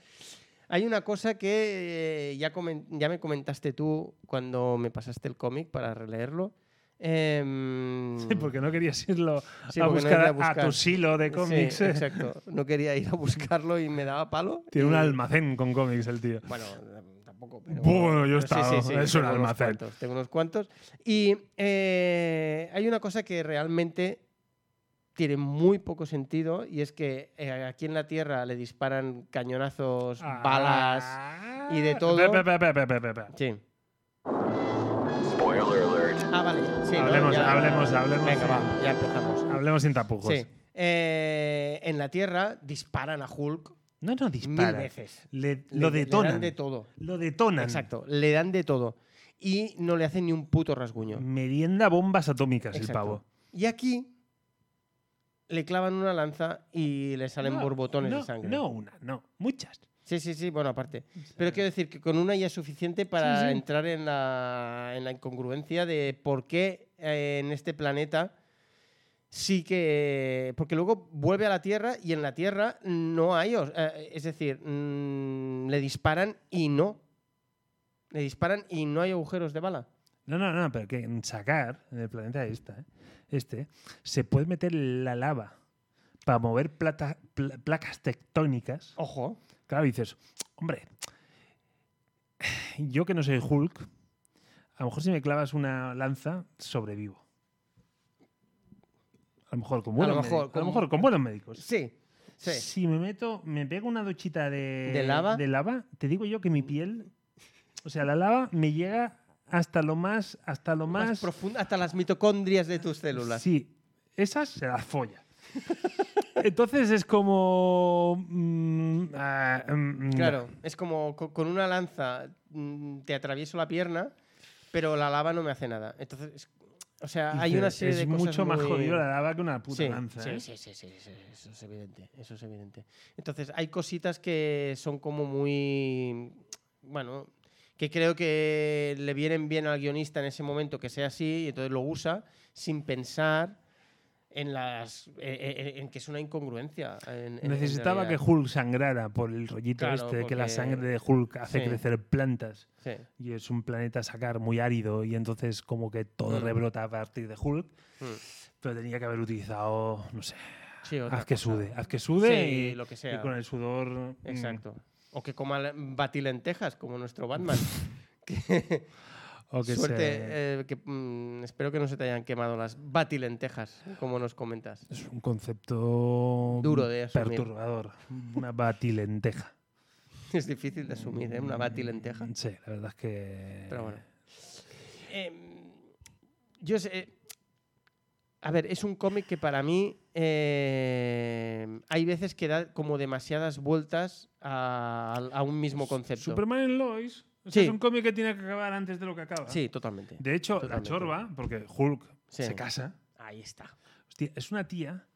Hay una cosa que eh, ya, comen- ya me comentaste tú cuando me pasaste el cómic para releerlo. Em,
Sí, porque no querías irlo
Sí,
a,
porque no
buscar
iba
a tu silo de
Sí,
cómics. eh.
exacto. No quería ir a buscarlo y me daba palo.
Tiene un
y-
almacén con cómics el tío.
Bueno, mm, tampoco. Pero,
Bueno, yo he
pero sí,
estado,
sí, sí,
es un
tengo unos
almacén.
cuantos, tengo unos cuantos. Y eh, hay una cosa que realmente tiene muy poco sentido y es que eh, aquí en la Tierra le disparan cañonazos,
Ah.
pues, balas y de todo.
Espera, espera, espera, espera, espera, espera.
Sí.
Spoiler alert.
Ah, vale. Sí, ¿no?
Hablemos,
Ya-
hablemos, hablemos.
Venga, va, ya empezamos.
Hablemos sin tapujos.
Sí. Eh, en la Tierra disparan a Hulk
No, no dispara.
mil veces.
Le-
Le-
lo
le
detonan.
dan de todo.
Lo detonan.
Exacto, le dan de todo. Y no le hacen ni un puto rasguño.
Merienda bombas atómicas el
Exacto.
pavo.
Y aquí le clavan una lanza y le salen
No,
borbotones
no,
de sangre.
No, una, no. Muchas.
Sí, sí, sí, bueno, aparte. Pero quiero decir que con una ya es suficiente para
Sí, sí.
entrar en la, en la incongruencia de por qué eh, en este planeta sí que... Porque luego vuelve a la Tierra y en la Tierra no hay... os- eh, es decir, mm, le disparan y no. Le disparan y no hay agujeros de bala.
No, no, no, pero que en sacar, en el planeta esta, ¿eh? este, se puede meter la lava para mover plata- pla- placas tectónicas.
Ojo.
Claro, dices, hombre, yo que no soy Hulk, a lo mejor si me clavas una lanza, sobrevivo. A lo mejor con
A lo
buenos,
mejor,
médicos, a lo
con-
mejor con buenos médicos.
Sí, sí.
Si me meto, me pego una duchita de,
¿De lava? Mm.
de lava, te digo yo que mi piel, o sea, la lava me llega hasta lo más, hasta lo
Más,
más,
profundo, hasta las mitocondrias de tus células.
Sí, esas se las folla. Entonces es como. mm, ah, mm, mm,
Claro, es como co- con una lanza mm, te atravieso la pierna, pero la lava no me hace nada. Entonces, es- o sea, hay
Dices,
una serie
mm, es
de cosas
mucho más
muy-
jodido la lava que una puta
sí,
lanza.
sí,
¿eh?
sí, sí, sí, sí, eso es evidente, eso es evidente. Entonces, hay cositas que son como muy bueno, que creo que le vienen bien al guionista en ese momento que sea así y entonces lo usa sin pensar en las eh, eh, en que es una incongruencia. en- en- en
Necesitaba que
realidad.
Hulk sangrara por el rollito
Claro,
este, de que la
porque-
sangre de Hulk hace
Sí.
crecer plantas.
Sí.
Y es un planeta a sacar muy árido y entonces como que todo
Mm.
rebrota a partir de Hulk.
Mm.
Pero tenía que haber utilizado, no sé,
Sí, otra
haz que
cosa.
sude, haz que sude
Sí,
y,
lo que
y
sea.
con el sudor... mm,
Exacto. O que coma le- batilentejas, como nuestro Batman. Que-
o que
suerte,
se-
eh, que, mm, espero que no se te hayan quemado las batilentejas, como nos comentas.
Es un concepto
Duro de asumir.
perturbador. Una batilenteja.
Es difícil de asumir, ¿eh? Una batilenteja.
Sí, la verdad es que.
Pero bueno. Em, yo sé... eh, A ver, es un cómic que para mí em, hay veces que da como demasiadas vueltas a, a un mismo concepto.
Superman en Lois. o sea,
Sí.
Es un cómic que tiene que acabar antes de lo que acaba.
Sí, totalmente.
De hecho, la
Totalmente.
chorba, porque Hulk
Sí.
se casa,
Ahí está.
hostia, es una tía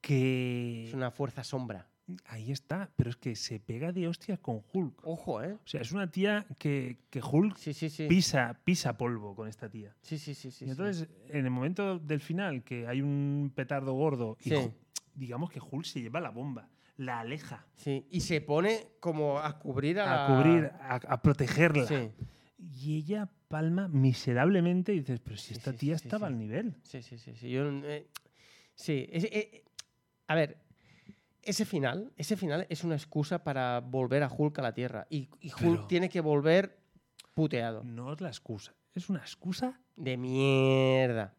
que.
Es una fuerza sombra.
Ahí está, pero es que se pega de hostias con Hulk.
Ojo, ¿eh?
O sea, es una tía que, que Hulk
Sí, sí, sí.
pisa, pisa polvo con esta tía.
Sí, sí, sí, sí.
y
sí.
entonces, en el momento del final, que hay un petardo gordo y
Sí.
Hulk- digamos que Hulk se lleva la bomba, la aleja,
Sí, y se pone como a cubrir a,
a
la-
cubrir, a, a protegerla.
Sí,
Y ella palma miserablemente y dices, pero si
Sí,
esta
sí,
tía
sí, sí,
estaba
sí.
al nivel.
sí, sí, sí. sí, yo, eh, sí, es- eh, eh, a ver, ese final, ese final es una excusa para volver a Hulk a la Tierra. Y, y Hulk
Pero-
tiene que volver puteado.
No es la excusa, es una excusa.
De mierda.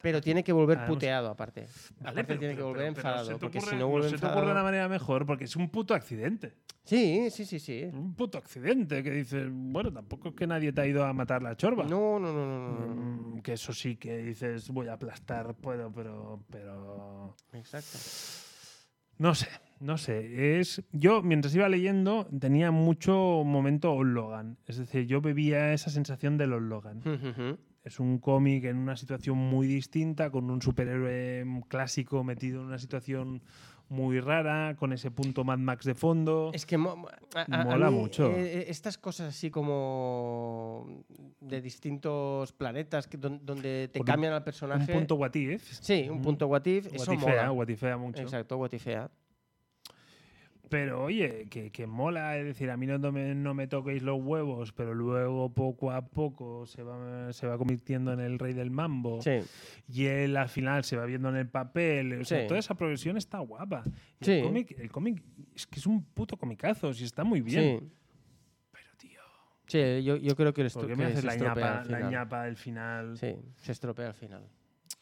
Pero tiene que volver
Ah, hemos-
puteado, aparte. aparte tiene que volver enfadado,
se te
porque si
ocurre-
no vuelve
se te ocurre
enfadado-
una manera mejor, porque es un puto accidente.
Sí, sí, sí, sí.
Un puto accidente que dices, bueno, tampoco es que nadie te ha ido a matar la chorba.
No, no, no, no, no, no.
Mm, que eso sí que dices, voy a aplastar, puedo, pero, pero.
Exacto.
No sé, no sé. Es, yo, mientras iba leyendo, tenía mucho momento Old Logan. Es decir, yo bebía esa sensación del Old
Mm.
Logan. Es un cómic en una situación muy distinta, con un superhéroe mm, clásico metido en una situación muy rara, con ese punto Mad Max de fondo.
Es que mo- a- a- a
Mola
mí,
mucho.
eh, eh, estas cosas así como de distintos planetas que don- donde te
Con un-
cambian al
un
personaje.
punto what if.
sí, un punto what if,
What
eso
ifea,
mola.
what ifea mucho.
Exacto, what ifea.
Pero oye, que, que mola, es decir, a mí no me, no me toquéis los huevos, pero luego poco a poco se va, se va convirtiendo en el rey del mambo.
Sí,
Y él al final se va viendo en el papel. O sea,
Sí.
toda esa progresión está guapa. Y
Sí.
El cómic, el cómic es que es un puto comicazo, si está muy bien.
sí.
Pero tío,
Sí, yo, yo creo que, esto-
¿por qué
que
me
se
haces la
estropea
ñapa,
al
la
final.
ñapa del final?
Sí, se estropea al final.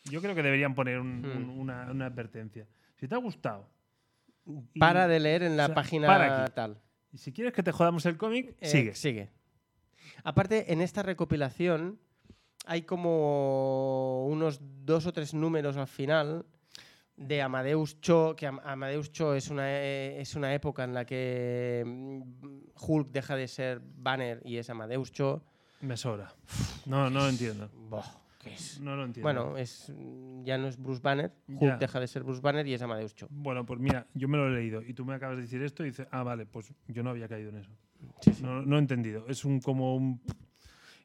Yo creo que deberían poner un-
Hmm.
un- una, una advertencia. Si te ha gustado, y-
Para de leer en la
o sea,
página
para aquí.
tal.
y si quieres que te jodamos el cómic,
Eh,
sigue.
Sigue. Aparte, en esta recopilación hay como unos dos o tres números al final de Amadeus Cho, que Am- Amadeus Cho es una, eh, es una época en la que mm, Hulk deja de ser Banner y es Amadeus Cho.
Me sobra. No, no lo entiendo.
Boh, ¿qué es?
No lo entiendo.
Bueno, es, mm, ya no es Bruce Banner, Hulk
Ya.
deja de ser Bruce Banner y es Amadeus Cho.
Bueno, pues mira, yo me lo he leído y tú me acabas de decir esto y dices, ah, vale, pues yo no había caído en eso.
Sí, sí.
No, no he entendido. Es un como un.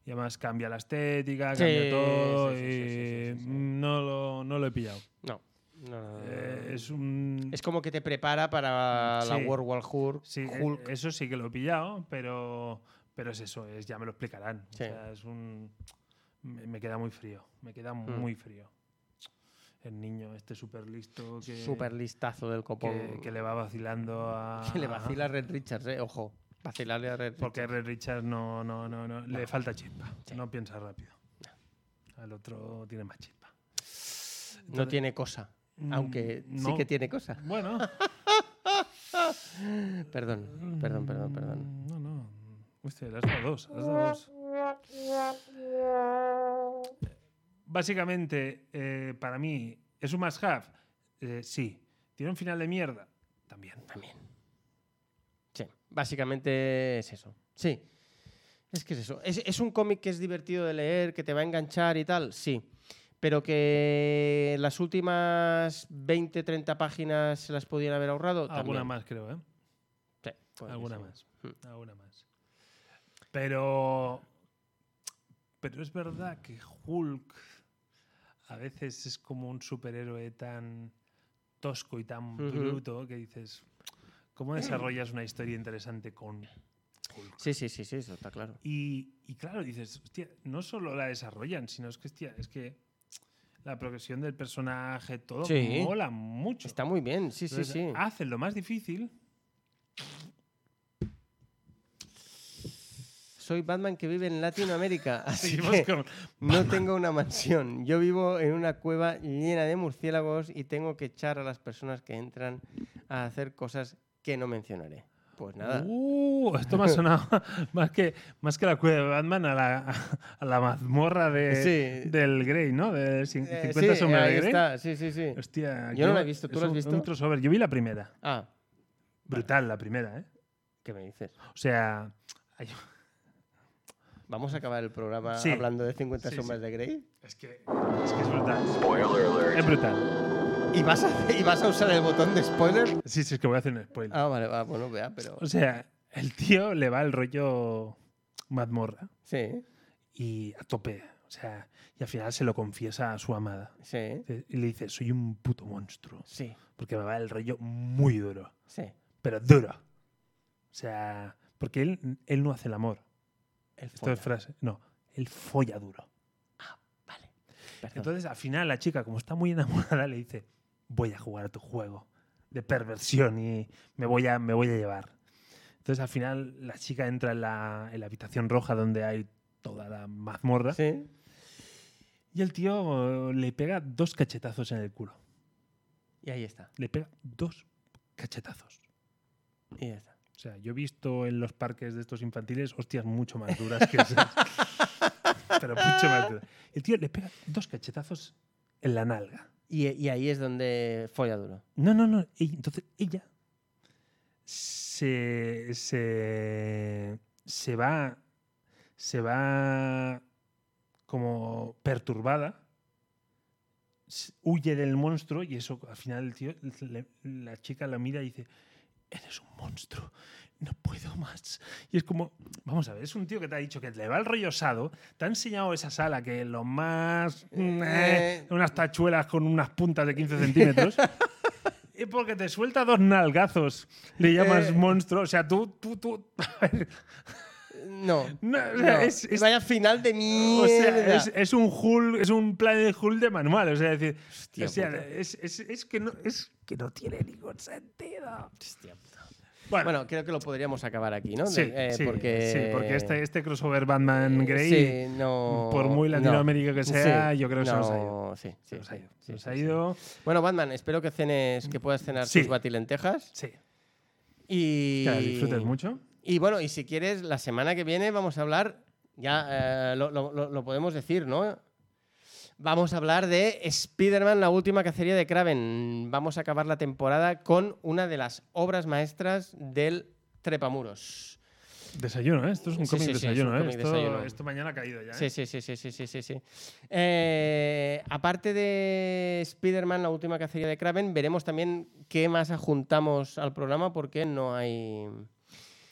Y además cambia la estética,
Sí,
cambia todo.
sí, sí, sí, sí,
y
sí, sí, sí.
No, lo, no lo he pillado.
No, no, no, no, no,
Eh,
no.
es un.
Es como que te prepara para la
Sí.
World War Hulk.
sí, eh,
Hulk.
Eso sí que lo he pillado, pero, pero es eso, es, ya me lo explicarán. O
Sí.
sea, es un. Me, me queda muy frío. Me queda
Mm.
muy frío. El niño, este súper listo que,
Super listazo del copón.
que, que le va vacilando a.
Que le vacila a Red Richards, eh, ojo. Vacilarle a Red
Porque Red Richards no, no, no, no, le falta chispa. No piensa rápido. Al otro tiene más chispa.
Richards. No tiene cosa. Aunque
Mm,
sí
no.
que tiene cosa.
Bueno,
Perdón, perdón, perdón, perdón.
no, no. Hostia, le has dado dos, le has dado dos. Básicamente, eh, para mí, ¿es un must have? Eh, sí. ¿Tiene un final de mierda? También.
También. Sí, básicamente es eso. Sí. Es que es eso. ¿Es, es un cómic que es divertido de leer, que te va a enganchar y tal? Sí. Pero que las últimas 20, 30 páginas se las podían haber ahorrado.
Alguna
también.
más, creo, ¿eh?
Sí, puede que
Alguna
sí.
más.
Mm.
Alguna más. Pero. Pero es verdad que Hulk a veces es como un superhéroe tan tosco y tan
Ujú.
bruto que dices. ¿Cómo desarrollas una historia interesante con Hulk?
Sí, sí, sí, sí, eso está claro.
Y, y claro, dices, hostia, no solo la desarrollan, sino es que, hostia, es que la progresión del personaje, todo
Sí.
mola mucho.
Está muy bien, sí, sí,
Entonces, ah,
sí.
Hacen lo más difícil
Soy Batman que vive en Latinoamérica, así
Seguimos
que
con-
no tengo una mansión. Yo vivo en una cueva llena de murciélagos y tengo que echar a las personas que entran a hacer cosas que no mencionaré. Pues nada.
Uh, esto me ha sonado más que, más que la cueva de Batman a la, a la mazmorra de,
Sí.
del Grey, ¿no? De cin-
Eh,
50
sí,
sombras
ahí
de Grey.
está, sí, sí, sí.
Hostia,
Yo no la he
creo-
visto, ¿tú
es
la has
un-
visto?
un crossover. Yo vi la primera.
Ah,
Brutal la primera, ¿eh?
¿qué me dices?
O sea, hay-
¿Vamos a acabar el programa
Sí.
hablando de 50
Sí,
sombras
sí.
de Grey?
es, que, es que es brutal. Es brutal.
¿Y vas, a, hacer- ¿Y vas a usar el botón de spoiler?
Sí, sí, es que voy a hacer un spoiler.
Ah, vale, va, bueno, vea, pero...
O sea, el tío le va el rollo mazmorra
Sí,
y a tope. O sea, y al final se lo confiesa a su amada.
sí,
Y le dice, soy un puto monstruo.
sí,
Porque me va el rollo muy duro.
sí.
Pero duro. O sea, porque él, él no hace el amor.
El
Esto es
fondo.
frase. No, él folla duro.
Vale. Perdón.
Entonces, al final, la chica, como está muy enamorada, le dice: Voy a jugar a tu juego de perversión y me voy a, me voy a llevar. Entonces, al final, la chica entra en la, en la habitación roja donde hay toda la mazmorra.
Sí.
Y el tío eh, le pega dos cachetazos en el culo.
Y ahí está.
Le pega dos cachetazos.
Y ya está.
O sea, yo he visto en los parques de estos infantiles hostias mucho más duras que esas. Pero mucho más duras. El tío le pega dos cachetazos en la nalga.
Y, y ahí es donde folla duro.
No, no, no. Y Entonces ella se, se, se va. Se va como perturbada. s- Huye del monstruo y eso al final el tío, le- la chica la mira y dice, eres un monstruo, no puedo más. Y es como, vamos a ver, es un tío que te ha dicho que le va el rollo osado, te ha enseñado esa sala que lo más...
Eh.
unas tachuelas con unas puntas de 15 centímetros. Y porque te suelta dos nalgazos, le llamas
Eh.
monstruo. O sea, tú, tú, tú... a ver,
No.
No, o sea,
no.
es- es-
Vaya final de mierda.
o sea, es, eh, es un Hulk, es un plan de Hulk de manual. O sea, es decir,
Hostia
o sea,
puta.
es, es- es que no, es que no tiene ningún sentido.
Hostia puta.
Bueno,
Bueno, creo que lo podríamos acabar aquí, ¿no?
sí,
De- eh,
sí,
porque... Eh,
sí, porque este, este crossover Batman Grey,
Sí, no,
por muy
no.
Latinoamérica que sea,
Sí,
yo creo que se nos ha ido.
no, sí, sí,
Se nos ha ido.
sí,
Se nos
sí,
ha
sí.
ido.
Bueno, Batman, espero que cenes, que puedas cenar
Sí.
tus batilentejas.
Sí.
Y.
Que las disfrutes mucho.
Y bueno, y si quieres, la semana que viene vamos a hablar. Ya eh, lo, lo- lo- lo podemos decir, ¿no? Vamos a hablar de Spider-Man, la última cacería de Kraven. Vamos a acabar la temporada con una de las obras maestras del Trepamuros.
Desayuno, ¿eh? Esto es un
Sí,
cómic
sí, sí, es un
desayuno, ¿eh?
cómic
esto,
desayuno.
esto mañana ha caído ya. ¿eh?
Sí, sí, sí, sí, sí, sí, sí, sí. Eh, aparte de Spider-Man, la última cacería de Kraven, veremos también qué más adjuntamos al programa porque no hay,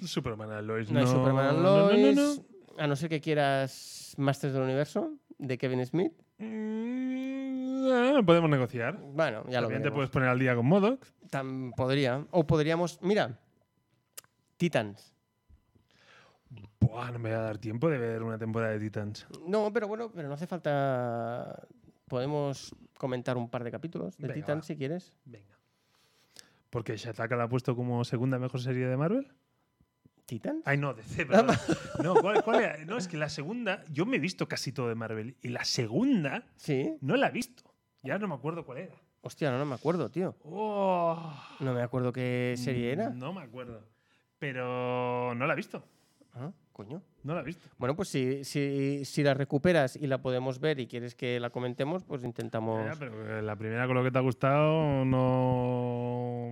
Superman and Lois.
no hay Superman and
no, no, no,
Lois,
no.
a no ser que quieras Masters del Universo de Kevin Smith.
Mm, ah, podemos negociar.
Bueno, ya lo
También te
veremos.
puedes poner al día con Modoc.
Tan- podría. O podríamos, mira, Titans.
Buah, no me voy a dar tiempo de ver una temporada de Titans.
No, pero bueno, pero no hace falta. Podemos comentar un par de capítulos de
Venga,
Titans
va.
si quieres.
Venga. Porque Shataka la ha puesto como segunda mejor serie de Marvel.
¿Titans?
Ay, no, DC, perdón. No, ¿cuál- cuál era? no, es que la segunda, yo me he visto casi todo de Marvel. Y la segunda
Sí.
no la he visto. Ya no me acuerdo cuál era.
Hostia, no, no me acuerdo, tío.
Oh.
No me acuerdo qué serie era.
No me acuerdo. Pero no la he visto.
Ah, coño.
No la he visto.
Bueno, pues si, si, si la recuperas y la podemos ver y quieres que la comentemos, pues intentamos.
Ya, pero eh, la primera con lo que te ha gustado no.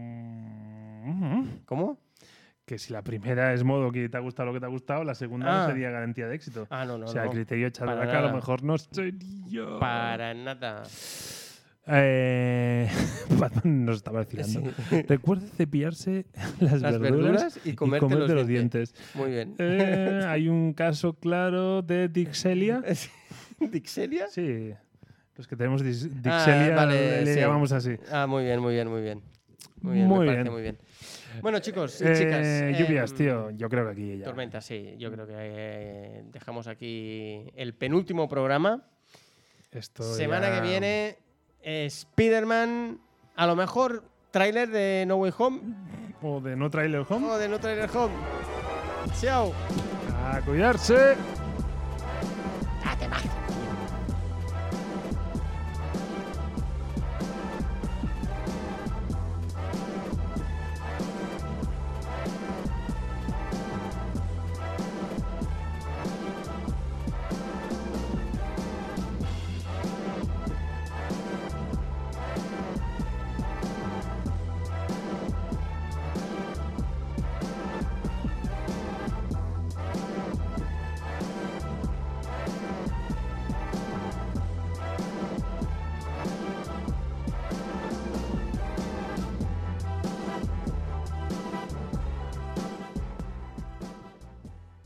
Mm,
¿Cómo?
Que si la primera es modo que te ha gustado lo que te ha gustado, la segunda
Ah.
no sería garantía de éxito.
Ah, no, no.
o sea, el
no.
criterio
Para
Chadaka a lo
nada.
mejor no sería.
Para nada.
Eh, Batman nos estaba vacilando.
Sí.
Recuerde cepillarse las,
Las
verduras,
verduras y comerte los
los
dientes.
dientes.
Muy bien.
Eh, hay un caso claro de Dixelia.
¿Dixelia?
Sí, los que tenemos dis-
Ah,
Dixelia eh,
vale,
le
sí.
llamamos así.
Ah, muy bien, muy bien, muy bien. Muy bien, me
Muy
parece
bien.
muy bien. Bueno, chicos y
Eh,
chicas.
lluvias,
em,
tío. Mm. Yo creo que aquí ya.
Tormenta, sí. Yo creo que eh, dejamos aquí el penúltimo programa.
Esto
Semana
ya-
que viene, eh, Spider-Man. A lo mejor, tráiler de No Way Home
O de no trailer home.
o de No Trailer Home. Chao.
A cuidarse.